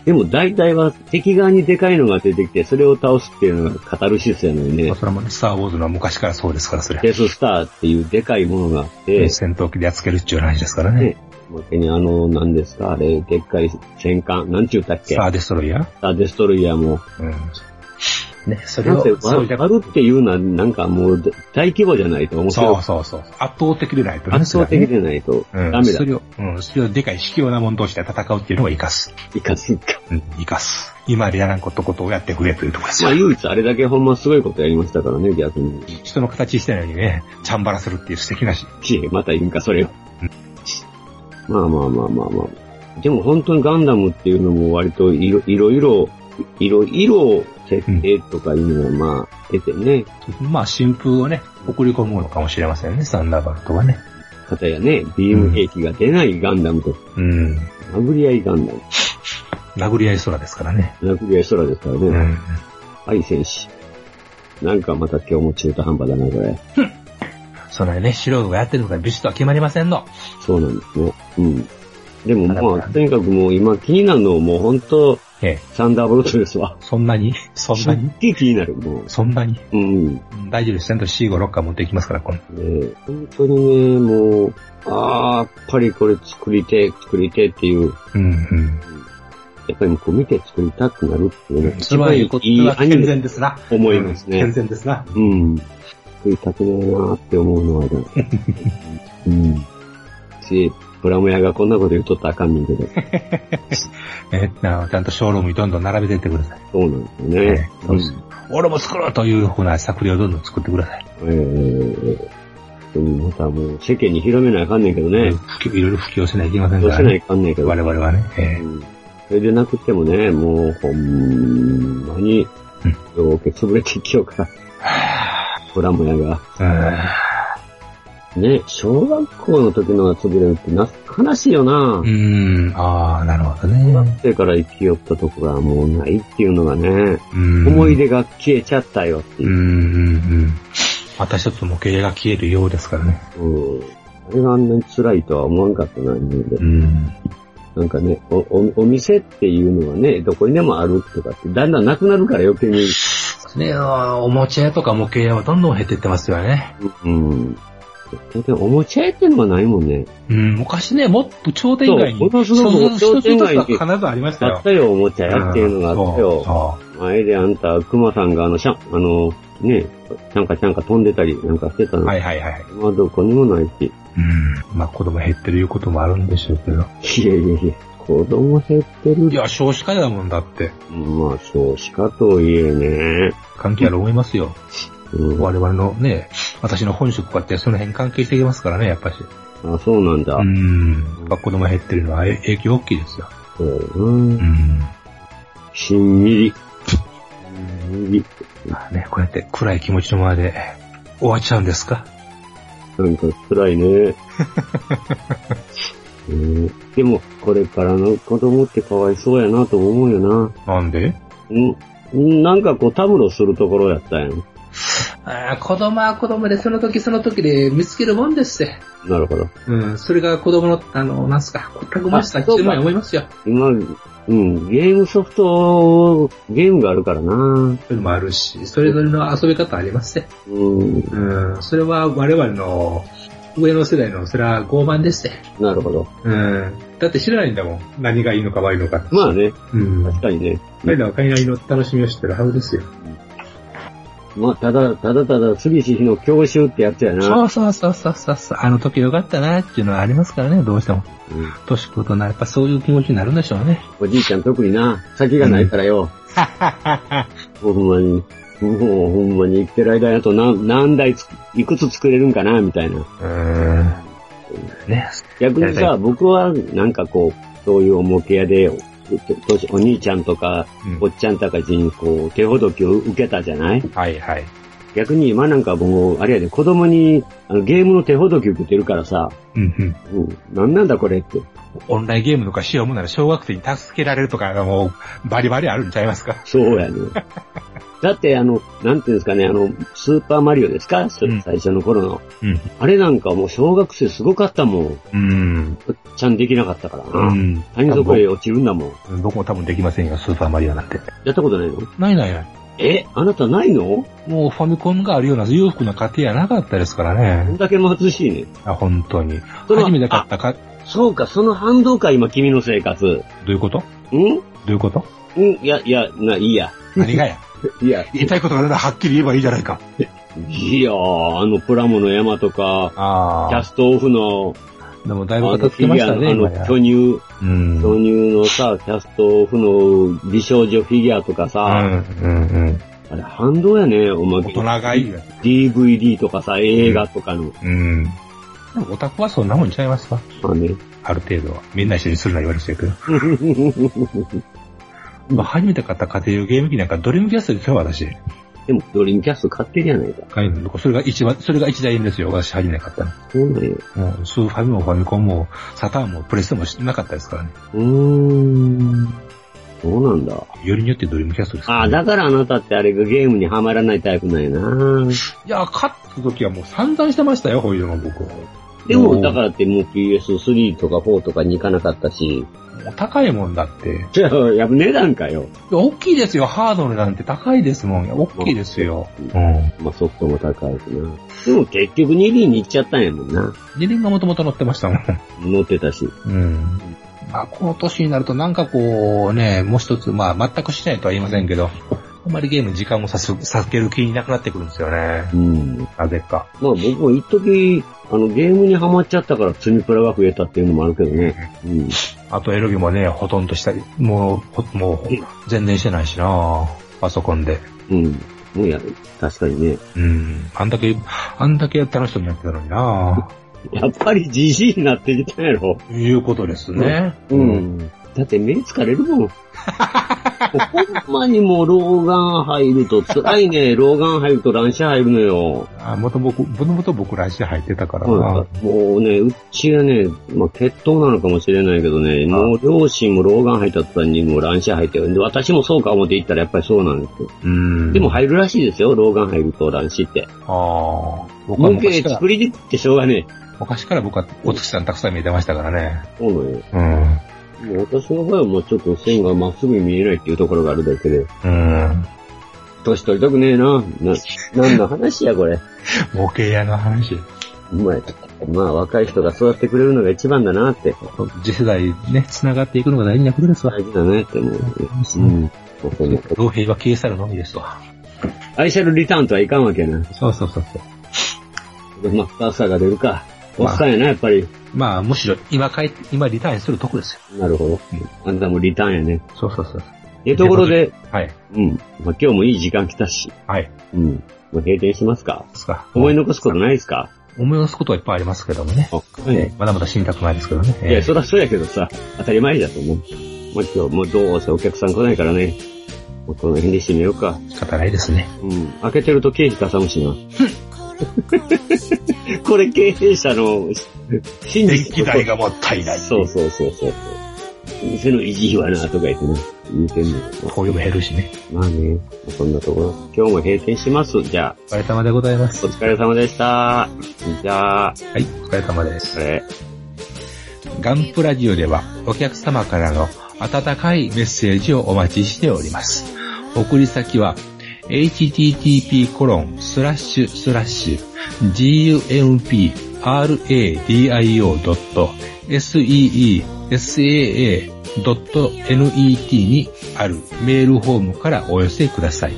S5: でも大体は敵側にでかいのが出てきて、それを倒すっていうのがカタルシスやのにね
S3: まあ。それもね、スターウォーズのは昔からそうですから、それ。
S5: デススターっていうでかいものがあって、
S3: 戦闘機でやっつけるっていう話ですからね。
S5: ねもう手にあの、何ですか、あれ、でっかい戦艦、なんちゅうたっけ、
S3: スターデストロイヤー
S5: スターデストロイヤーも。
S3: うん。ね、それ
S5: なん
S3: を
S5: せ、
S3: そうじゃ
S5: 割るっていうのは、なんかもう、大規模じゃないと面白い
S3: そう。そうそう。圧倒的でないとね
S5: 圧倒的
S3: それはね
S5: でないと、
S3: うん、
S5: ダメだ
S3: そ。れを、うん、それをでかい卑怯なもん同士で戦うっていうのを生かす。
S5: いかずいか。
S3: うん、生かす。今までやらんことことをやってくれというところです
S5: ま
S3: よ
S5: あ。唯一あれだけほんますごいことやりましたからね、逆に。
S3: 人の形してないのにね、チャンバラするっていう素敵なし。
S5: ちまたいるんか、それを。まあまあまあまあまあ。でも本当にガンダムっていうのも割といろいろいろ、いろいろ設定とかいうのがまあ出てね、
S3: まあ、新風をね、送り込むのかもしれませんね、サンダーバルトはね。
S5: 方やね、ビーム兵器が出ないガンダムと、
S3: うん。
S5: 殴り合いガンダム、
S3: 殴り合い空ですからね。
S5: 殴り合い空ですから
S3: う
S5: ね、
S3: ん。
S5: 愛戦士。なんかまた今日も中途半端だな、これ。
S3: そのね、素人がやってるのかビシッとは決まりませんの。
S5: そうなんですね。うん。でも
S3: なか
S5: ま
S3: な
S5: あ、
S3: か
S5: とにかくもう今気になるのはもう本当、
S3: ええ。
S5: サンダーボルトですわ。
S3: そんなにそん
S5: す
S3: な
S5: っ
S3: に
S5: げえ気になる、もう。
S3: そんなに
S5: うん。
S3: うん大丈夫です。ちゃんと C5、6巻持っていきますから、この。
S5: ね、本当にね、もう、ああ、やっぱりこれ作りてえ、作りてえっていう、
S3: うん、うん。
S5: やっぱりこう見て作りたくなるっていうのが
S3: そ
S5: 一
S3: れは
S5: 番
S3: い
S5: い
S3: いこと
S5: い
S3: は
S5: アニ
S3: 健
S5: メだ
S3: 全ですな。
S5: と思います
S3: 健
S5: ね。
S3: 全ですな。
S5: うん。作りたくねえなーって思うのはね。うん。し、プラモ屋がこんなこと言うとったらあかんねんけど、
S3: え、なちゃんとショールームにどんどん並べていってください。
S5: そうなんですよ ね。
S3: そうです俺も作ろうというふうな作品をどんどん作ってください。
S5: うん。えーうん、またもう世間に広めなあかんねんけどね。
S3: 普及いろいろ普及しないといけません
S5: どう
S3: か
S5: し
S3: ら
S5: てない
S3: ね。
S5: かあかんねんけど。
S3: 我々はね。え
S5: それでなくってもね、もうほんまに、ようけ潰れていきようから。プラモ屋が。
S3: え
S5: ね、小学校の時のが潰れるってな、悲しいよな
S3: う。ん。うーん。ああ、なるほど
S5: 小
S3: ね。
S5: 学生から生きよったとこがもうないっていうのがね、
S3: うん
S5: 思い出が消えちゃったよって
S3: うん、
S5: いう。
S3: うん、うん。また一つ模型が消えるようですからね。
S5: うんあれがあんなに辛いとは思わんかったな、今まで
S3: うん。
S5: なんかねおお、お店っていうのはね、どこにでもあるとかって、だんだんなくなるから余計に。
S3: ねおもちゃ屋とか模型屋はどんどん減っていってますよね。
S5: うん。だっておもちゃ屋っていうのがないもんね。
S3: うん、昔ね、もっと商店街に、
S5: そうものすご
S3: 商
S5: く
S3: 店街
S5: 商店街に
S3: に必ずありました
S5: あ
S3: よ
S5: っ。たよ、おもちゃ屋っていうのがあった
S3: うん
S5: よ。
S3: そ
S5: 前であんた、熊さんがあの、シャン、あの、ね、ちゃんかちゃんか飛んでたりなんかしてた
S3: う
S5: の。
S3: はいはいはい。
S5: 今どこにもないし。
S3: うん。まあ子供減ってるいうこともあるんでしょうけど。
S5: いやいやいや、子供減ってる。
S3: いや、少子化だもんだって。
S5: まあ、少子化とはいえね。
S3: 関係ある思いますよ。
S5: うん、あ
S3: 我々のね、私の本職かってその辺関係してきますからね、やっぱし。
S5: そうなんだ。
S3: うん。まあ子供減ってるのはえ影響大きいですよ。
S5: うん。
S3: うん。
S5: しんみり。しんみり。
S3: まあね、こうやって暗い気持ちのままで終わっちゃうんですか
S5: なんか辛 いね。うんでも、これからの子供ってかわいそうやなとも思うよな。
S3: なんで
S5: うん、なんかこう、たむろするところやったやん。
S11: ああ、子供は子供で、その時その時で見つけるもんですって。
S5: なるほど。
S11: うん、それが子供の、あの、なんすか、たくましさ
S5: あ
S11: って
S5: そ
S11: い
S5: うか
S11: うのは思いますよ。
S5: 今、うん、ゲームソフト、ゲームがあるからな。
S11: そういうのもあるし、それぞれの遊び方ありますね。
S5: うん、
S11: うん、それは我々の
S6: 上の世代の、それは傲慢ですね。
S5: なるほど。
S6: うん。だって知らないんだもん。何がいいのか悪いのか。
S5: まあね、
S6: うん。
S5: 確かにね。
S6: 彼らは海外の楽しみを知ってるはずですよ。
S5: まあ、ただ、ただただ、杉氏の教習ってやつやな。
S6: うそうそうそうそうそう。あの時よかったなっていうのはありますからね、どうしても。
S5: うん
S6: 年食うとな、やっぱそういう気持ちになるんでしょうね。
S5: おじいちゃん特にな、先がないからよ。 ほんまに。もうほんまに生きてる間やと何何台ついくつ作れるんかな、みたい
S6: う
S5: な。
S6: ん。ね。
S5: 逆に
S6: やっぱ
S5: さ、僕はなんかこう、そういう表屋で、おととお兄ちゃんとか、
S3: うん
S5: おっちゃんたちにこう、手ほどきを受けたじゃない
S3: はいはい。
S5: 逆に今なんかもう、あれやで、子供にあのゲームの手ほどき受けてるからさ、
S3: うんうん。
S5: うん、なんなんだこれって。
S3: オンラインゲームとかしようもんなら小学生に助けられるとか、もう、バリバリあるんちゃいますか。
S5: そ うやね。だってあの、なんていうんですかね、あの、スーパーマリオですか、そ
S3: うん
S5: 最初の頃の。
S3: うん。
S5: あれなんかもう小学生すごかったもん。
S3: うん。
S5: おっちゃんできなかったから
S3: う
S5: な。
S3: ん。
S5: 谷底へ落ちるんだもん。
S3: 僕も多分できませんよ、スーパーマリオなんて。
S5: やったことないの
S3: ないないない。
S5: えあなたないの
S3: もうファミコンがあるような裕福な家庭やなかったですから
S5: こん
S3: ね。
S5: だけ貧しいね。
S3: あ本当に。
S5: その
S3: 初めて買ったか、ど
S5: そうか、その反動か、今、君の生活。ん
S3: ういうことどういうこと
S5: んいや、いや、な、いいや。
S3: 何がや。
S5: いや、
S3: 言いたいことがあるならはっきり言えばいいじゃないか。
S5: いやー、あのプラモの山とか、
S3: あ
S5: キャストオフの、
S3: でもだ
S5: あ
S3: いぶ
S5: の、
S3: 片付けましたね、
S5: あ
S3: 今
S5: の
S3: や、
S5: 巨乳、
S3: うん。
S5: 巨乳のさ、キャストオフの美少女フィギュアとか
S3: う
S5: さ、
S3: ん、うん、うん。
S5: あれ反動やね、おま
S3: 大
S5: け
S3: 人。がいいよ。
S5: DVD とかさ、映画とかの。
S3: うん。でもオタクはそんなもんちゃいますか
S5: まあね。
S3: ある程度は。みんな一緒にするな言われてるけど。今初めて買った家庭用ゲーム機なんかドリームキャストですよ、私。
S5: でも、ドリームキャスト買ってるやないか。
S3: 買えるのそれが一番、それが一台円ですよ、私初めて買ったの。
S5: そうなんや。
S3: もう、スーファミもファミコンも、サターンもプレステもしてなかったですからね。
S5: うーん。そうなんだ。
S3: よりによってドリームキャストですから
S5: ああ、
S3: ね、
S5: だからあなたってあれがゲームにはまらないタイプなんやな。
S3: いや、買った時はもう散々してましたよ、こういうの僕。
S5: で
S3: う
S5: も、
S3: ん
S5: だからってもう PS3 とか4とかに行かなかったし。
S3: もう高いもんだって。
S5: じゃあ、やっぱ値段かよ。
S3: 大きいですよ、ハードルなんて高いですもん。大きいですよ。うん。
S5: まあソフトも高いしな。でも結局2輪に行っちゃったんやもんな。
S3: 二輪がもともと乗ってましたもん。
S5: 乗ってたし。
S3: うん。まあ、この年になるとなんかこうね、もう一つ、まあ、全くしないとは言いませんけど、あんまりゲームに時間をさす、避ける気になくなってくるんですよね。
S5: うん。
S3: なぜか。
S5: まあ僕も一時、あのゲームにハマっちゃったから積みプラが増えたっていうのもあるけどね。うん。
S3: あとエロゲもね、ほとんどしたり、もう、ほもう
S5: うん、
S3: 全然してないしなパソコンで。
S5: うん。もうや、確かにね。
S3: うん。あんだけ、あんだけ楽しそうにやってたのにな
S5: やっぱりじじいになってきたんやろ。
S3: いうことですね。
S5: うん。だって目疲れるもん。 ほんまにもう老眼入ると辛いね。老眼入ると乱視入るのよ。
S3: あ、もともと、もともと僕らして入ってたから
S5: も
S3: な。
S5: うね、うちはね、まあ、血統なのかもしれないけどね、もう両親も老眼入った途端にもう乱視入って、で私もそうか思って行ったらやっぱりそうなんですよ。
S3: うん。
S5: でも、入るらしいですよ、老眼入ると乱視って。
S3: ああ。僕は
S5: 文系
S3: 昔から
S5: 作、りでってしょうがね
S3: 昔から僕はお月さんたくさん見えてましたからね。
S5: え。そうなんよ。
S3: うん。
S5: もう私の場合はもうちょっと線がまっすぐに見えないっていうところがあるだけで、
S3: うん。
S5: 年取りたくねえな。な、何の話やこれ。
S3: 模型屋の話。
S5: うまい。まあ若い人が育ってくれるのが一番だなって。
S3: 次世代ね、繋がっていくのが大事なことですわ。
S5: 大事だねって思う。うん。僕も
S3: 老兵は消え去るのみですわ。
S5: 愛車のリターンとはいかんわけやな。
S3: そうそうそうそう。
S5: マスターサーが出るか。お
S3: まあ
S5: っさんやな、やっぱり。
S3: まあ、むしろ今帰って、今リターンするとこですよ。
S5: なるほど。あんたもリターンやね。
S3: そうそうそう。
S5: え、ところで、
S3: はい。
S5: うん。まあ、今日もいい時間来たし。
S3: はい。
S5: うん。もう閉店しますか
S3: ですか。
S5: 思い残すことないですか
S3: 思い出すことはいっぱいありますけどもね。
S5: あ、はい。
S3: まだまだ死にたくないですけどね。
S5: いや、
S3: え
S5: そらそうやけどさ、当たり前だと思う。もう今日、もうどうせお客さん来ないからね。もうこの辺で締めようか。
S3: ー仕方ないですね。
S5: うん。開けてると経費かさむしな。 これ経営者の、真実。
S3: がもったい
S5: そうそうそうそう。店の維持費はな、とか言ってね。言うてんのよ。
S3: こういうのも減るしね。
S5: まあね、そんなところ。今日も閉店します。じゃあ、
S3: お疲れ様でございます。
S5: お疲れ様でした。じゃあ、
S3: はい、お疲れ様です
S5: こ。れ。
S3: ガンプラジオではお客様からの温かいメッセージをお待ちしております。送り先は http://gump radio.seesaa.net にあるメールフォームからお寄せください。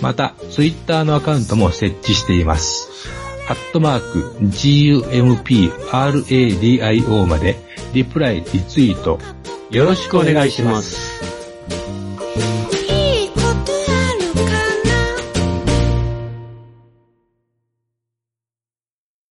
S3: また、ツイッターのアカウントも設置しています。アットマーク、GUMPRADIO まで、リプライ、リツイート、よろしくお願いします。